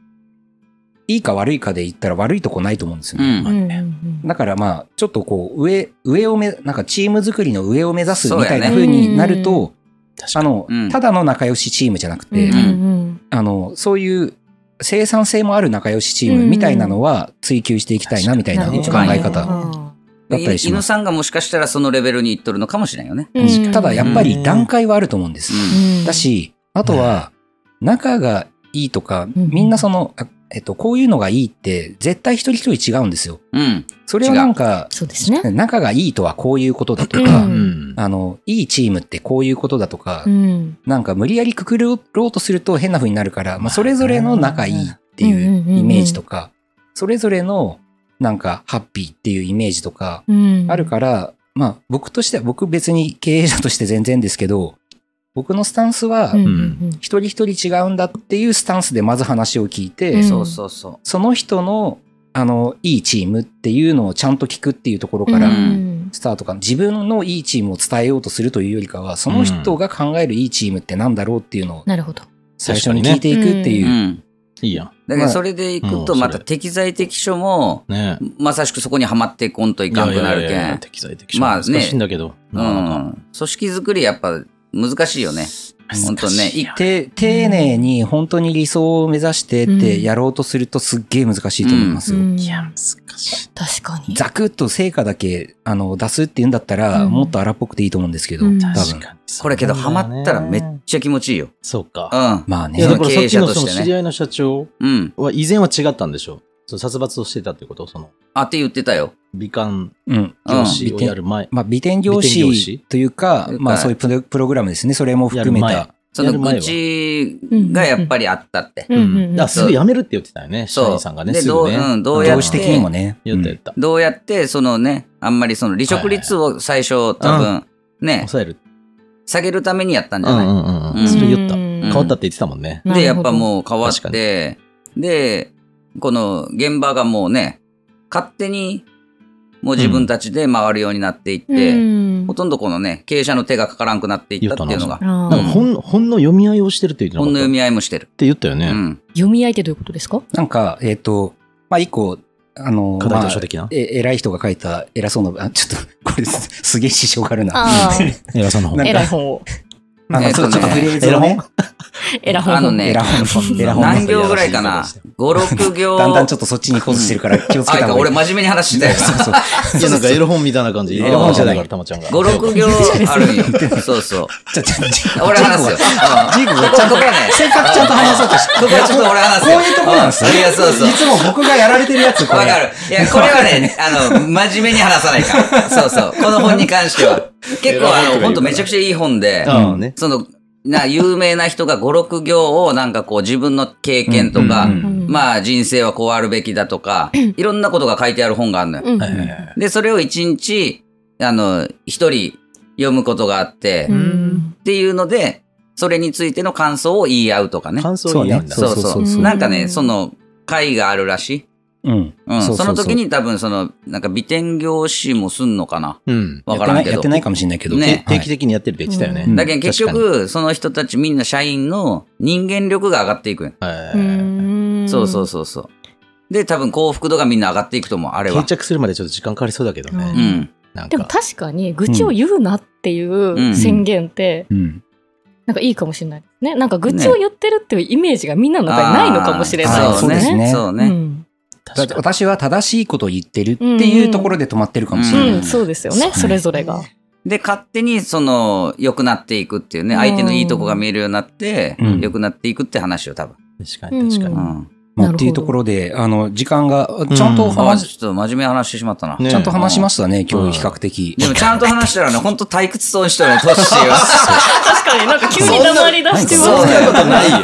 [SPEAKER 3] いいか悪いかで言ったら悪いとこないと思うんですよ
[SPEAKER 2] う
[SPEAKER 3] ね。
[SPEAKER 2] ん
[SPEAKER 4] う。ん、うん
[SPEAKER 3] だからまあ、ちょっとこう、上、上を目、なんかチーム作りの上を目指すみたいな
[SPEAKER 2] そう
[SPEAKER 3] 風
[SPEAKER 4] やね
[SPEAKER 3] になると、
[SPEAKER 1] 確
[SPEAKER 3] あ
[SPEAKER 1] かに。
[SPEAKER 3] の、
[SPEAKER 2] うん
[SPEAKER 3] ただの仲良しチームじゃなくて、
[SPEAKER 4] うんうん
[SPEAKER 3] あの、そういう生産性もある仲良しチームみたいなのは追求していきたいなみたいな考
[SPEAKER 1] うん
[SPEAKER 3] え
[SPEAKER 4] う
[SPEAKER 3] 方。
[SPEAKER 4] ん
[SPEAKER 3] だったりします
[SPEAKER 2] 犬さんがもしかしたらそのレベルにいっとるのかもしれんよね。
[SPEAKER 4] うん
[SPEAKER 3] ただやっぱり段階はあると思うんです。
[SPEAKER 4] うん
[SPEAKER 3] だし、あとは、仲がいいとか、
[SPEAKER 4] うん
[SPEAKER 3] みんなその、あえっと、こういうのがいいって、絶対一人一人違うんですよ。
[SPEAKER 2] うん。うん。
[SPEAKER 3] それはなんか、
[SPEAKER 4] そうですね。
[SPEAKER 3] 仲がいいとはこういうことだと
[SPEAKER 4] う
[SPEAKER 3] か、
[SPEAKER 4] ん
[SPEAKER 1] うん。
[SPEAKER 3] あの、いいチームってこういうことだとか
[SPEAKER 4] う、ん。
[SPEAKER 3] なんか無理やりくくろうとすると変な風になるから、まあ、それぞれの仲いいって
[SPEAKER 4] うんうんうんう
[SPEAKER 3] い
[SPEAKER 4] ん
[SPEAKER 3] うイメージとか、それぞれのなんかハッピーっていうイメージとか
[SPEAKER 4] うん
[SPEAKER 3] あるから、まあ僕としては、僕別に経営者として全然ですけど、僕のスタンスは
[SPEAKER 4] うんうん
[SPEAKER 3] 一人一人違うんだっていうスタンスでまず話を聞いて、
[SPEAKER 4] うん
[SPEAKER 2] そうそうそ
[SPEAKER 3] その人のあのいいチームっていうのをちゃんと聞くっていうところから、
[SPEAKER 4] うん
[SPEAKER 3] スタートかな自分のいいチームを伝えようとするというよりかはその人が考えるいいチームってなんだろうっていうのを
[SPEAKER 4] なるほど。
[SPEAKER 3] 最初に聞いていくって
[SPEAKER 2] う。
[SPEAKER 3] いうう。
[SPEAKER 2] ん。
[SPEAKER 1] いいやん。
[SPEAKER 2] だからそれでいくとまた適材適所も、
[SPEAKER 1] ね
[SPEAKER 2] まさしくそこにはまってこんとい
[SPEAKER 1] え。
[SPEAKER 2] かんくなる
[SPEAKER 1] いやいやいや
[SPEAKER 2] け
[SPEAKER 1] いや
[SPEAKER 2] ん。
[SPEAKER 1] 適材適所。まあ難しいんだけど。
[SPEAKER 2] う
[SPEAKER 1] なかなか
[SPEAKER 2] ん。組織づくりやっぱ難しいよね。本当ね。い
[SPEAKER 3] て丁寧に本当に理想を目指してってやろうとするとすっげえ難しいと思いますよ。
[SPEAKER 4] うん
[SPEAKER 1] いや、難しい。
[SPEAKER 4] 確かに。
[SPEAKER 3] ザクッと成果だけあの出すって言うんだったら、
[SPEAKER 4] うん
[SPEAKER 3] もっと荒っぽくていいと思うんですけど、
[SPEAKER 4] うん
[SPEAKER 3] 多
[SPEAKER 1] 確
[SPEAKER 3] 分。
[SPEAKER 1] かに。
[SPEAKER 2] これけど、ハマったらめっちゃ気持ちいいよ。
[SPEAKER 1] そう
[SPEAKER 2] う
[SPEAKER 1] か。
[SPEAKER 2] ん。
[SPEAKER 3] まあ
[SPEAKER 1] い
[SPEAKER 3] ね
[SPEAKER 1] や、
[SPEAKER 2] そ
[SPEAKER 1] だ
[SPEAKER 2] の
[SPEAKER 1] から
[SPEAKER 2] 経
[SPEAKER 1] さっ
[SPEAKER 2] 営
[SPEAKER 1] き
[SPEAKER 2] 者
[SPEAKER 1] の
[SPEAKER 2] と
[SPEAKER 1] そ
[SPEAKER 2] し
[SPEAKER 1] の
[SPEAKER 2] てね
[SPEAKER 1] 知り合いの社長
[SPEAKER 2] うん。
[SPEAKER 1] は以前は違ったんでしょう。その殺伐をしてたってことその、
[SPEAKER 2] あって言ってたよ。
[SPEAKER 1] 美観
[SPEAKER 3] うん。
[SPEAKER 1] 教師をやる前。
[SPEAKER 3] まあ、美点業
[SPEAKER 1] 美点業師
[SPEAKER 3] 師というか、ま
[SPEAKER 2] は
[SPEAKER 3] あ
[SPEAKER 2] い
[SPEAKER 3] そういうプロプログラムですね。それも含め
[SPEAKER 1] やる
[SPEAKER 3] た。
[SPEAKER 2] そ
[SPEAKER 1] や
[SPEAKER 2] の
[SPEAKER 1] る前は
[SPEAKER 2] 愚痴がやっぱりあったって。
[SPEAKER 4] うんうんうん
[SPEAKER 1] あ、すぐ辞めるって言ってたよね。社
[SPEAKER 2] そう。
[SPEAKER 1] 員さんがね、
[SPEAKER 2] ですど
[SPEAKER 1] ぐ
[SPEAKER 2] う、
[SPEAKER 1] ね。
[SPEAKER 2] うん、どうや
[SPEAKER 3] 業
[SPEAKER 2] っ
[SPEAKER 3] 種
[SPEAKER 2] て
[SPEAKER 3] 的にもね。
[SPEAKER 1] 言った
[SPEAKER 3] う
[SPEAKER 1] 言
[SPEAKER 3] ん
[SPEAKER 1] った。
[SPEAKER 2] どうやって、そのね、あんまりその離職率を最初、多分、ね、
[SPEAKER 1] 抑える。
[SPEAKER 2] 下げるためにやったんじ
[SPEAKER 1] う
[SPEAKER 2] ゃ
[SPEAKER 1] ん
[SPEAKER 2] ない、
[SPEAKER 1] うんうんうん。それ言った。変わったって言ってたもんね。
[SPEAKER 2] で、やっぱ
[SPEAKER 4] う
[SPEAKER 2] もう変わっ
[SPEAKER 1] 確か
[SPEAKER 2] て、で、この現場がもうね、勝手にもう自分たちで回るようになっていって、
[SPEAKER 4] ん
[SPEAKER 2] ほとんどこのね、経営者の手がかからんくなっていったっていうのが、
[SPEAKER 4] あ
[SPEAKER 1] なんか
[SPEAKER 4] ー
[SPEAKER 1] 本、本の読み合いをしてるって言ってな
[SPEAKER 2] ほん
[SPEAKER 1] かった
[SPEAKER 2] の読
[SPEAKER 1] っ
[SPEAKER 2] み合いもしてる。
[SPEAKER 1] て言ったよ
[SPEAKER 2] う
[SPEAKER 1] ね。
[SPEAKER 2] ん。
[SPEAKER 4] 読み合いってどういうことですか
[SPEAKER 3] なんか、えっ、と、まあ一個、あの、
[SPEAKER 1] 課題図
[SPEAKER 3] まあ
[SPEAKER 1] 書的な。
[SPEAKER 3] え偉い人が書いた偉そうな、あちょっと、こ れすすげえ支障があるな。
[SPEAKER 4] あー
[SPEAKER 1] 映画さんの方
[SPEAKER 3] なんか
[SPEAKER 4] 偉い本を。
[SPEAKER 3] まあまあそう
[SPEAKER 2] えっ
[SPEAKER 3] ち
[SPEAKER 2] と
[SPEAKER 3] ょっ
[SPEAKER 2] ね
[SPEAKER 3] とフレーズをね、
[SPEAKER 4] 偉い本を。
[SPEAKER 2] あのね
[SPEAKER 3] エ、ラ本、エラ本。
[SPEAKER 2] 何行ぐらいかな ?5、6行。
[SPEAKER 3] だんだんちょっとそっちに行こうとしてるから気をつ
[SPEAKER 2] あ
[SPEAKER 3] け
[SPEAKER 2] い
[SPEAKER 3] た
[SPEAKER 2] か、
[SPEAKER 3] 方
[SPEAKER 2] 俺
[SPEAKER 3] がいい。
[SPEAKER 2] 真面目に話してたよ。
[SPEAKER 3] そうそう。
[SPEAKER 1] いや、なんかエロ本みたいな感じ。エ
[SPEAKER 2] うん
[SPEAKER 1] ロ本じゃないから、たまちゃんが。
[SPEAKER 2] 5、6行あるん よ。そうそう。
[SPEAKER 3] ちょ、ちょ、ちょ
[SPEAKER 2] 俺話すよ。
[SPEAKER 3] ジーコが
[SPEAKER 2] こ
[SPEAKER 3] ちゃんと
[SPEAKER 2] こはね、
[SPEAKER 3] せっかくちゃんと話そうと して。
[SPEAKER 2] ここはちょっと俺話す
[SPEAKER 3] こ
[SPEAKER 2] よ。
[SPEAKER 3] ういうとこなんですよ
[SPEAKER 2] ういや、そうそう
[SPEAKER 3] い。つも僕がやられてるやつ、これ。
[SPEAKER 2] わかる。いや、これは ね、あの、真面目に話さないから。そうそう。この本に関 しては。結構、あの、本当めちゃくちゃいい本で、
[SPEAKER 1] うんね。
[SPEAKER 2] その、な、有名な人が5、6行をなんかこう自分の経験とか
[SPEAKER 3] うんうん、
[SPEAKER 4] うん
[SPEAKER 2] まあ人生はこうあるべきだとか、いろんなことが書いてある本があるのよ。
[SPEAKER 4] うん
[SPEAKER 2] で、それを1日、あの、1人読むことがあって
[SPEAKER 4] う、ん
[SPEAKER 2] っていうので、それについての感想を言い合うとかね。
[SPEAKER 1] 感想
[SPEAKER 3] そう
[SPEAKER 1] を言
[SPEAKER 3] ね
[SPEAKER 1] うん。だ。
[SPEAKER 2] そうそう
[SPEAKER 3] そう
[SPEAKER 4] そう
[SPEAKER 2] なんか
[SPEAKER 4] う
[SPEAKER 2] ね、
[SPEAKER 4] ん
[SPEAKER 2] その、会があるらしい。
[SPEAKER 3] うん。
[SPEAKER 2] うん。
[SPEAKER 3] そう
[SPEAKER 2] そ
[SPEAKER 3] そ
[SPEAKER 2] う
[SPEAKER 3] そう
[SPEAKER 2] の時に多分その、なんか美点業師もすんのかな
[SPEAKER 1] うん。
[SPEAKER 2] わからんけ
[SPEAKER 3] や
[SPEAKER 2] ど
[SPEAKER 3] ってないやって。ないかもしれないけど。
[SPEAKER 2] ね
[SPEAKER 3] はい
[SPEAKER 1] 定期的にやってるって言ってたよね。
[SPEAKER 3] うん
[SPEAKER 2] だけど結局、その人たちみんな社員の人間力が上がっていくんよ
[SPEAKER 1] は
[SPEAKER 4] う
[SPEAKER 1] い。
[SPEAKER 4] ん
[SPEAKER 2] そうそうそうそう。で、多分幸福度がみんな上がっていくと思う、あれ
[SPEAKER 1] 定
[SPEAKER 2] は。
[SPEAKER 1] 着するまでちょっと時間かかりそうだけど
[SPEAKER 2] う
[SPEAKER 1] ね。
[SPEAKER 2] ん。
[SPEAKER 1] なん
[SPEAKER 4] でも
[SPEAKER 1] か。
[SPEAKER 4] 確かに愚痴を言うなってい
[SPEAKER 2] ん
[SPEAKER 4] う宣言って
[SPEAKER 3] うん。
[SPEAKER 4] なんかいいかもしれないねなんか愚痴を言ってるっていうイメージがみんなの中にないのかもしれ
[SPEAKER 2] あ
[SPEAKER 4] な
[SPEAKER 2] ー
[SPEAKER 4] い
[SPEAKER 2] そう
[SPEAKER 3] ですね
[SPEAKER 2] そう
[SPEAKER 4] う
[SPEAKER 2] ね。
[SPEAKER 4] ん
[SPEAKER 3] だって私は正しいことを言ってるって
[SPEAKER 4] うんう
[SPEAKER 3] い
[SPEAKER 4] ん
[SPEAKER 3] うところで止まってるかもしれ
[SPEAKER 4] う
[SPEAKER 3] ない。
[SPEAKER 4] んそうですよねそれぞれが
[SPEAKER 2] で、勝手にその、良くなっていくっていうね、
[SPEAKER 4] うん
[SPEAKER 2] 相手のいいとこが見えるようになって
[SPEAKER 3] うん、
[SPEAKER 2] 良くなっていくって話よ、多分。
[SPEAKER 1] 確かに確か
[SPEAKER 2] う
[SPEAKER 1] に。
[SPEAKER 2] ん。
[SPEAKER 3] まあ
[SPEAKER 4] なるほど
[SPEAKER 3] っていうところで、あの、時間が、ちゃんと
[SPEAKER 2] あ、
[SPEAKER 3] 話し、
[SPEAKER 2] ちょっと真面目な話してしまったな。
[SPEAKER 1] ね
[SPEAKER 3] ちゃんと話しましたね、
[SPEAKER 1] う
[SPEAKER 3] 今
[SPEAKER 1] ん
[SPEAKER 3] 日比較的。
[SPEAKER 2] でもちゃんと話したらね、ほんと退屈そうにしてるね、トッシ ーは。
[SPEAKER 4] 確かになんか急に黙り出して
[SPEAKER 2] そん
[SPEAKER 4] ま
[SPEAKER 1] そん
[SPEAKER 4] す
[SPEAKER 1] なこと ないよ。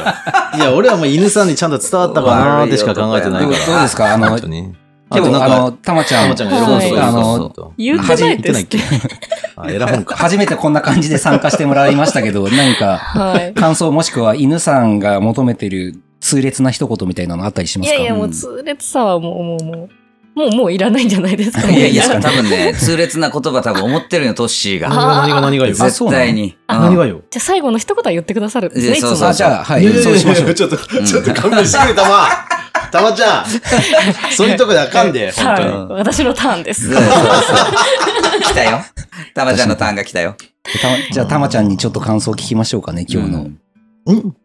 [SPEAKER 1] いや、俺はもう犬さんにちゃんと伝わったかなーってしか考えて
[SPEAKER 3] ど
[SPEAKER 1] な
[SPEAKER 3] う
[SPEAKER 1] い
[SPEAKER 3] どう
[SPEAKER 1] か
[SPEAKER 3] で
[SPEAKER 1] ら。
[SPEAKER 3] すかあの、
[SPEAKER 1] 本当
[SPEAKER 3] 今
[SPEAKER 1] に。
[SPEAKER 3] 日、
[SPEAKER 1] あとなん
[SPEAKER 3] あの、
[SPEAKER 1] か、
[SPEAKER 3] たまち
[SPEAKER 1] た
[SPEAKER 3] ゃん
[SPEAKER 1] まちゃんがエロ本そう
[SPEAKER 4] はい
[SPEAKER 3] あ
[SPEAKER 1] そう
[SPEAKER 3] の
[SPEAKER 1] そう
[SPEAKER 4] 言ってないですって
[SPEAKER 1] 言そう。あ、エロ本か。
[SPEAKER 3] 初めてこんな感じで参加してもらいましたけど、何か
[SPEAKER 4] はい
[SPEAKER 3] 感想もしくは犬さんが求めてる痛烈な一言みたいなのあったりし
[SPEAKER 4] い
[SPEAKER 3] ます
[SPEAKER 4] や
[SPEAKER 3] か
[SPEAKER 4] いやもう痛烈さはもうもうもうもうもういらないんじゃないですか
[SPEAKER 2] いやい
[SPEAKER 3] いですか
[SPEAKER 2] や、
[SPEAKER 3] ね
[SPEAKER 2] 多分ね、痛烈な言葉多分思ってるよ、トッシーが。
[SPEAKER 1] 何が何がよ。
[SPEAKER 3] あそう
[SPEAKER 2] 絶対に。うん
[SPEAKER 1] 何がよ。
[SPEAKER 4] じゃあ最後の一言は言ってくださるんです
[SPEAKER 2] い
[SPEAKER 4] ね
[SPEAKER 2] や
[SPEAKER 4] いつ
[SPEAKER 2] そう
[SPEAKER 4] も
[SPEAKER 2] そう
[SPEAKER 3] あ、じゃあ、はいい
[SPEAKER 1] やいやい、や
[SPEAKER 3] そうしまし ょう。
[SPEAKER 5] ちょっと、ちょっと勘弁してくれ、た ま。たまちゃん。そういうとこであかんで、本当に。
[SPEAKER 4] はい私のターンです
[SPEAKER 2] そうそうそう来たよ。たまちゃんのターンが来たよ。
[SPEAKER 3] たまじゃあ、たまちゃんにちょっと感想を聞きましょうかね、今日の。
[SPEAKER 1] うん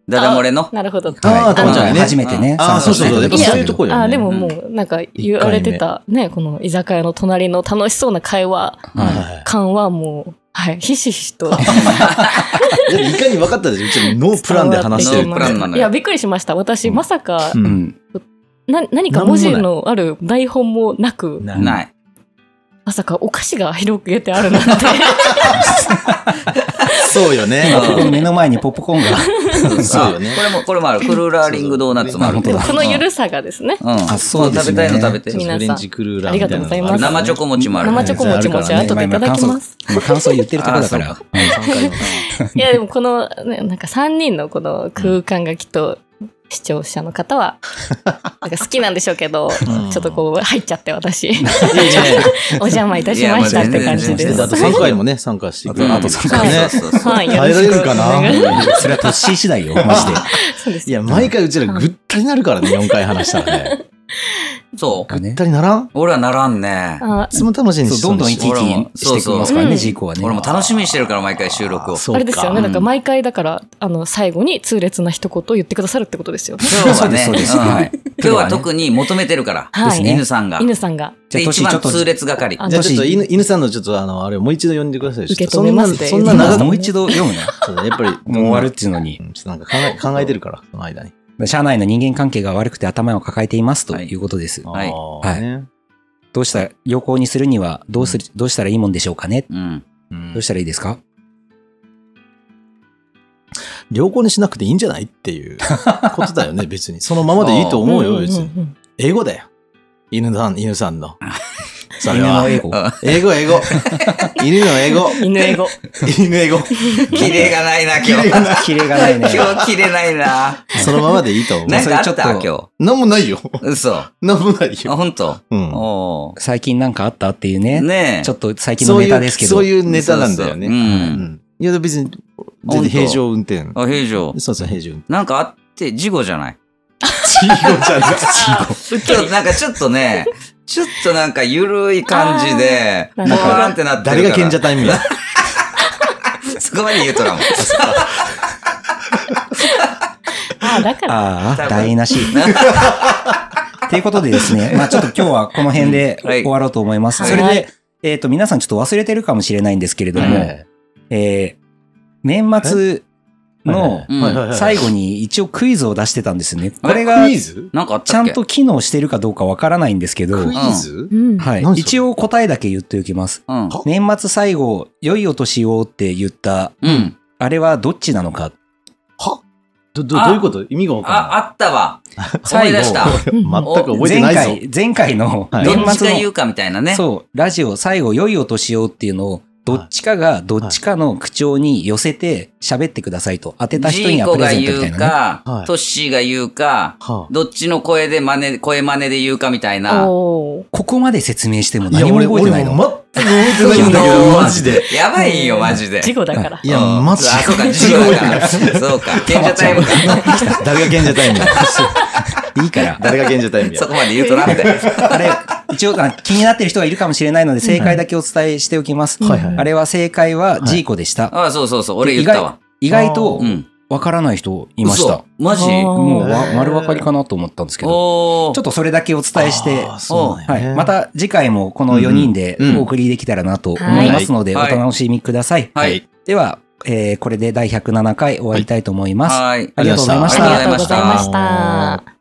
[SPEAKER 2] ダダ漏れの。
[SPEAKER 4] なるほど
[SPEAKER 1] あー
[SPEAKER 3] はい
[SPEAKER 1] たまちゃんね
[SPEAKER 3] あの初めてね。
[SPEAKER 1] あー、そうそうそう。やっぱそういうとこよね。
[SPEAKER 4] あーでももう、なんか言われてた、ね、この居酒屋の隣の楽しそうな会話、
[SPEAKER 3] はい
[SPEAKER 1] は
[SPEAKER 4] 感はもう、はい、ひしひしと。
[SPEAKER 1] い。だっていかに分かったでしょうちのノープランで話してる
[SPEAKER 2] ノ
[SPEAKER 1] っ
[SPEAKER 2] ープ
[SPEAKER 1] て
[SPEAKER 2] ランなのよ
[SPEAKER 4] いや、びっくりしました。私、まさか、
[SPEAKER 1] う
[SPEAKER 3] うんん。
[SPEAKER 4] な、何か文字のある台本もなく、
[SPEAKER 1] な
[SPEAKER 2] ない。
[SPEAKER 4] まさかお菓子が広げてあるなんて。
[SPEAKER 1] そうよね
[SPEAKER 3] 今、。ここに目の前にポップコーンが。
[SPEAKER 1] そうよね
[SPEAKER 2] あこれも、これもある。クルーラーリングドーナツもある。
[SPEAKER 3] そうそう
[SPEAKER 4] このゆ
[SPEAKER 2] る。
[SPEAKER 4] るさがですね。
[SPEAKER 2] うん。
[SPEAKER 3] あそうですね
[SPEAKER 2] これ食べたいの食べて。
[SPEAKER 4] 皆さん
[SPEAKER 1] フレンチクルーラーみたいなの
[SPEAKER 4] ありがとうございます
[SPEAKER 2] 生チョコ餅もある。
[SPEAKER 4] 生チョコ餅もじゃあ後でいただきます。
[SPEAKER 3] 今感想言ってるとこだから。
[SPEAKER 2] あ
[SPEAKER 3] う
[SPEAKER 2] そ
[SPEAKER 3] ん
[SPEAKER 4] いや、でもこの、ね、なんか3人のこの空間がきっと、視聴者の 方は、なんか好きなんでしょうけど、
[SPEAKER 1] ん
[SPEAKER 4] ちょっとこう、入っちゃっ て私、
[SPEAKER 1] いやいやいや
[SPEAKER 4] お邪魔いたしましたって感じ
[SPEAKER 2] いやまあ全然全然
[SPEAKER 4] で
[SPEAKER 2] 全
[SPEAKER 4] す
[SPEAKER 2] 然。
[SPEAKER 1] あと3回もね、参加してくれる
[SPEAKER 3] あと三
[SPEAKER 2] そう
[SPEAKER 3] 回
[SPEAKER 1] ね。
[SPEAKER 2] そうそうそう。
[SPEAKER 4] はい、よ
[SPEAKER 1] 耐えら
[SPEAKER 4] ろし
[SPEAKER 1] れ
[SPEAKER 4] く
[SPEAKER 1] る
[SPEAKER 4] お
[SPEAKER 1] か
[SPEAKER 4] 願いし
[SPEAKER 1] な
[SPEAKER 3] それはトッシー次第よ、マジで。
[SPEAKER 4] ます。そうです
[SPEAKER 1] いや、毎回うちらぐったりなるからね、4回話したらね。
[SPEAKER 2] そう。
[SPEAKER 3] だね
[SPEAKER 1] 二人ならん
[SPEAKER 2] 俺はならんね。
[SPEAKER 4] あ
[SPEAKER 1] いつも楽しみに
[SPEAKER 3] そう
[SPEAKER 1] して
[SPEAKER 3] どんどん生き
[SPEAKER 2] 俺も
[SPEAKER 3] 生きしていきますから
[SPEAKER 4] そうそう
[SPEAKER 3] ね、ジーコはね。
[SPEAKER 2] 俺も楽しみにしてるから、毎回収録を。
[SPEAKER 1] そうか
[SPEAKER 4] あれですよね。
[SPEAKER 2] うん
[SPEAKER 4] だから毎回、だから、あの、最後に痛烈な一言を言ってくださるってことですよね。
[SPEAKER 2] 今日はね、
[SPEAKER 3] そうですそうで
[SPEAKER 2] う
[SPEAKER 3] す
[SPEAKER 2] んはい
[SPEAKER 3] プ
[SPEAKER 2] 今日
[SPEAKER 3] ロはね
[SPEAKER 2] は特に求めてるから、
[SPEAKER 4] はい
[SPEAKER 2] 犬さんが。
[SPEAKER 4] 犬さんが。
[SPEAKER 3] じゃ
[SPEAKER 2] で、
[SPEAKER 3] あ、年
[SPEAKER 2] 一
[SPEAKER 3] ちょ
[SPEAKER 2] 番
[SPEAKER 3] っと、
[SPEAKER 2] 痛烈係。
[SPEAKER 4] あ
[SPEAKER 1] じゃあちょっと
[SPEAKER 4] 私
[SPEAKER 1] 犬犬さんのちょっとあの、あれをもう一度呼んでくださいよ。
[SPEAKER 4] 受け止めますって
[SPEAKER 1] そんな、そんな
[SPEAKER 3] まあ
[SPEAKER 1] 長く
[SPEAKER 3] もう一度読むね。
[SPEAKER 1] そうだやっぱり、
[SPEAKER 3] もう終わるっていうのに
[SPEAKER 1] う。んちょっとなんか考え考えてるから、その間に。
[SPEAKER 3] 社内の人間関係が悪くて頭を抱えていますということです。
[SPEAKER 2] はい
[SPEAKER 1] はい。ね
[SPEAKER 3] どうした、良好にするにはどうする、どうしたらいいもんでしょうかね。
[SPEAKER 2] うん。
[SPEAKER 1] うん
[SPEAKER 3] どうしたらいいですか
[SPEAKER 1] 良好にしなくていいんじゃないっていうことだよね、別に。そのままでいいと思うよ、別に。
[SPEAKER 4] に。
[SPEAKER 1] 英語だよ。犬さん、犬さんの。それ
[SPEAKER 3] 犬の
[SPEAKER 1] は。
[SPEAKER 3] 英語。
[SPEAKER 1] 英語、英語。犬の英語。
[SPEAKER 4] 犬 英語。
[SPEAKER 1] 犬英語。
[SPEAKER 2] キレがないな、今日。
[SPEAKER 3] キレがな いね。
[SPEAKER 2] 今日キレないな。
[SPEAKER 1] そのままでいいと思う。
[SPEAKER 2] なんかあった
[SPEAKER 3] それ
[SPEAKER 2] 今
[SPEAKER 3] ち
[SPEAKER 2] 日。
[SPEAKER 1] なんもないよ。
[SPEAKER 2] 嘘。あ、
[SPEAKER 1] なんもないよ。
[SPEAKER 2] ほんと。
[SPEAKER 1] うん
[SPEAKER 2] お
[SPEAKER 3] 最近なんかあったっていう
[SPEAKER 2] ー
[SPEAKER 3] ね。
[SPEAKER 2] ねえ。
[SPEAKER 3] ちょっと最近
[SPEAKER 1] そ
[SPEAKER 3] の
[SPEAKER 1] う
[SPEAKER 3] ネ
[SPEAKER 1] い
[SPEAKER 3] タ
[SPEAKER 1] う
[SPEAKER 3] ですけど。
[SPEAKER 1] そういうネタなんだよね。
[SPEAKER 2] そうそううん
[SPEAKER 1] んいや、別に、全然平常運転。
[SPEAKER 2] あ、平常。
[SPEAKER 1] そうそう、平常運転。
[SPEAKER 2] なんかあって、事故じゃない
[SPEAKER 1] チーゴじゃない。チーゴ。
[SPEAKER 2] ちょっとなんかちょっとね、ちょっとなんかゆるい感じで、
[SPEAKER 4] あ
[SPEAKER 2] ボ
[SPEAKER 4] ーなるほど
[SPEAKER 2] ーンってなって るから。
[SPEAKER 1] 誰が賢者タイムや。
[SPEAKER 2] そこまで言うとらもん。
[SPEAKER 4] ああ、だから。
[SPEAKER 3] あ
[SPEAKER 2] 多
[SPEAKER 3] あ、
[SPEAKER 2] 分
[SPEAKER 3] 台無し。ということでですね、まあちょっと今日はこの辺で
[SPEAKER 2] はい
[SPEAKER 3] 終わろうと思います。
[SPEAKER 2] はい
[SPEAKER 3] それ
[SPEAKER 4] は
[SPEAKER 3] で、えっ、と、皆さんちょっと忘れてるかもしれないんですけれども、
[SPEAKER 2] はい
[SPEAKER 3] えー年末の
[SPEAKER 2] うん
[SPEAKER 1] はいはいはい
[SPEAKER 3] 最後に一応クイズを出してたんですよね。これが
[SPEAKER 5] クイズ
[SPEAKER 2] なんかあっ
[SPEAKER 3] ち
[SPEAKER 2] た
[SPEAKER 3] ゃ
[SPEAKER 2] っ
[SPEAKER 3] ん
[SPEAKER 2] け
[SPEAKER 3] と機能してるかどうかわからないんですけど、
[SPEAKER 5] ク
[SPEAKER 3] は
[SPEAKER 5] イズ
[SPEAKER 4] うん。
[SPEAKER 3] い
[SPEAKER 1] 何そ。れ
[SPEAKER 3] 一応答えだけ言っておきます。
[SPEAKER 2] うん。
[SPEAKER 3] 年末最後、良いお年をって言った、
[SPEAKER 2] うん。
[SPEAKER 3] あれはどっちなのか。
[SPEAKER 1] はど、ど、
[SPEAKER 2] あ
[SPEAKER 1] どういうこと意味がわか
[SPEAKER 2] あ、あったわ。思い出した。
[SPEAKER 1] んない。全く覚えてな
[SPEAKER 3] 前
[SPEAKER 1] いぞ。
[SPEAKER 3] 回、前回の
[SPEAKER 1] はい
[SPEAKER 3] 年
[SPEAKER 2] どっち
[SPEAKER 3] 末
[SPEAKER 2] が
[SPEAKER 3] の
[SPEAKER 2] 言うかみたいなね。
[SPEAKER 3] そう、ラジオ最後、良いお年をっていうのを、どっちかがどっちかの口調に寄せて喋ってくださいと。当てた
[SPEAKER 2] ジ
[SPEAKER 3] 人に
[SPEAKER 2] ー
[SPEAKER 3] は
[SPEAKER 2] コ
[SPEAKER 3] プレ
[SPEAKER 2] が
[SPEAKER 3] ゼントみた
[SPEAKER 2] 言
[SPEAKER 3] いうな、ね。
[SPEAKER 2] か
[SPEAKER 1] はい、
[SPEAKER 2] トッシーが言うか、
[SPEAKER 1] は
[SPEAKER 2] どっちの声で真似、声真似で言うかみたいな。
[SPEAKER 4] おー
[SPEAKER 3] ここまで説明しても
[SPEAKER 1] あ、いや、
[SPEAKER 3] 何も
[SPEAKER 1] 俺、
[SPEAKER 3] 覚え
[SPEAKER 1] 俺
[SPEAKER 3] て
[SPEAKER 1] も
[SPEAKER 3] ないの。
[SPEAKER 1] 全く覚えてないんだけ
[SPEAKER 2] いや
[SPEAKER 1] ど、マジで。
[SPEAKER 2] やばいよ、マジで。
[SPEAKER 4] 事故だから。
[SPEAKER 1] いや
[SPEAKER 2] うん
[SPEAKER 1] マジで
[SPEAKER 2] あ、そうか、事故だから。そうか、賢者タイムか。
[SPEAKER 1] 誰が賢者タイムや。
[SPEAKER 3] いいから。
[SPEAKER 1] 誰が賢者タイムや
[SPEAKER 2] そ。こまで言うとなって。
[SPEAKER 3] あれ、一応あ気になってる人がいるかもしれないので、正解だけお伝えしておきます。
[SPEAKER 1] はいはい
[SPEAKER 3] あれは正解はジーコでした。
[SPEAKER 2] あ、そうそうそう、俺言ったわ。
[SPEAKER 3] 意外と
[SPEAKER 2] う、ん。
[SPEAKER 3] わからない人いました
[SPEAKER 2] 嘘。。マジ
[SPEAKER 4] あー
[SPEAKER 3] もうわ
[SPEAKER 1] へー
[SPEAKER 3] 丸分かりかなと思ったんですけど、
[SPEAKER 2] おー
[SPEAKER 3] ちょっとそれだけお伝えして、
[SPEAKER 1] あーそうなんや
[SPEAKER 3] は
[SPEAKER 1] ね
[SPEAKER 3] い、また次回もこの4人で
[SPEAKER 1] うんうん
[SPEAKER 3] お送りできたらなと思いますので、お
[SPEAKER 2] はい
[SPEAKER 3] 楽しみください。
[SPEAKER 2] はい。
[SPEAKER 3] では、えーこれで第107回終わりたいと思います。
[SPEAKER 2] はい。
[SPEAKER 3] ありがとうございまし
[SPEAKER 2] ありがとうございました
[SPEAKER 3] た。
[SPEAKER 4] ありがとうございました。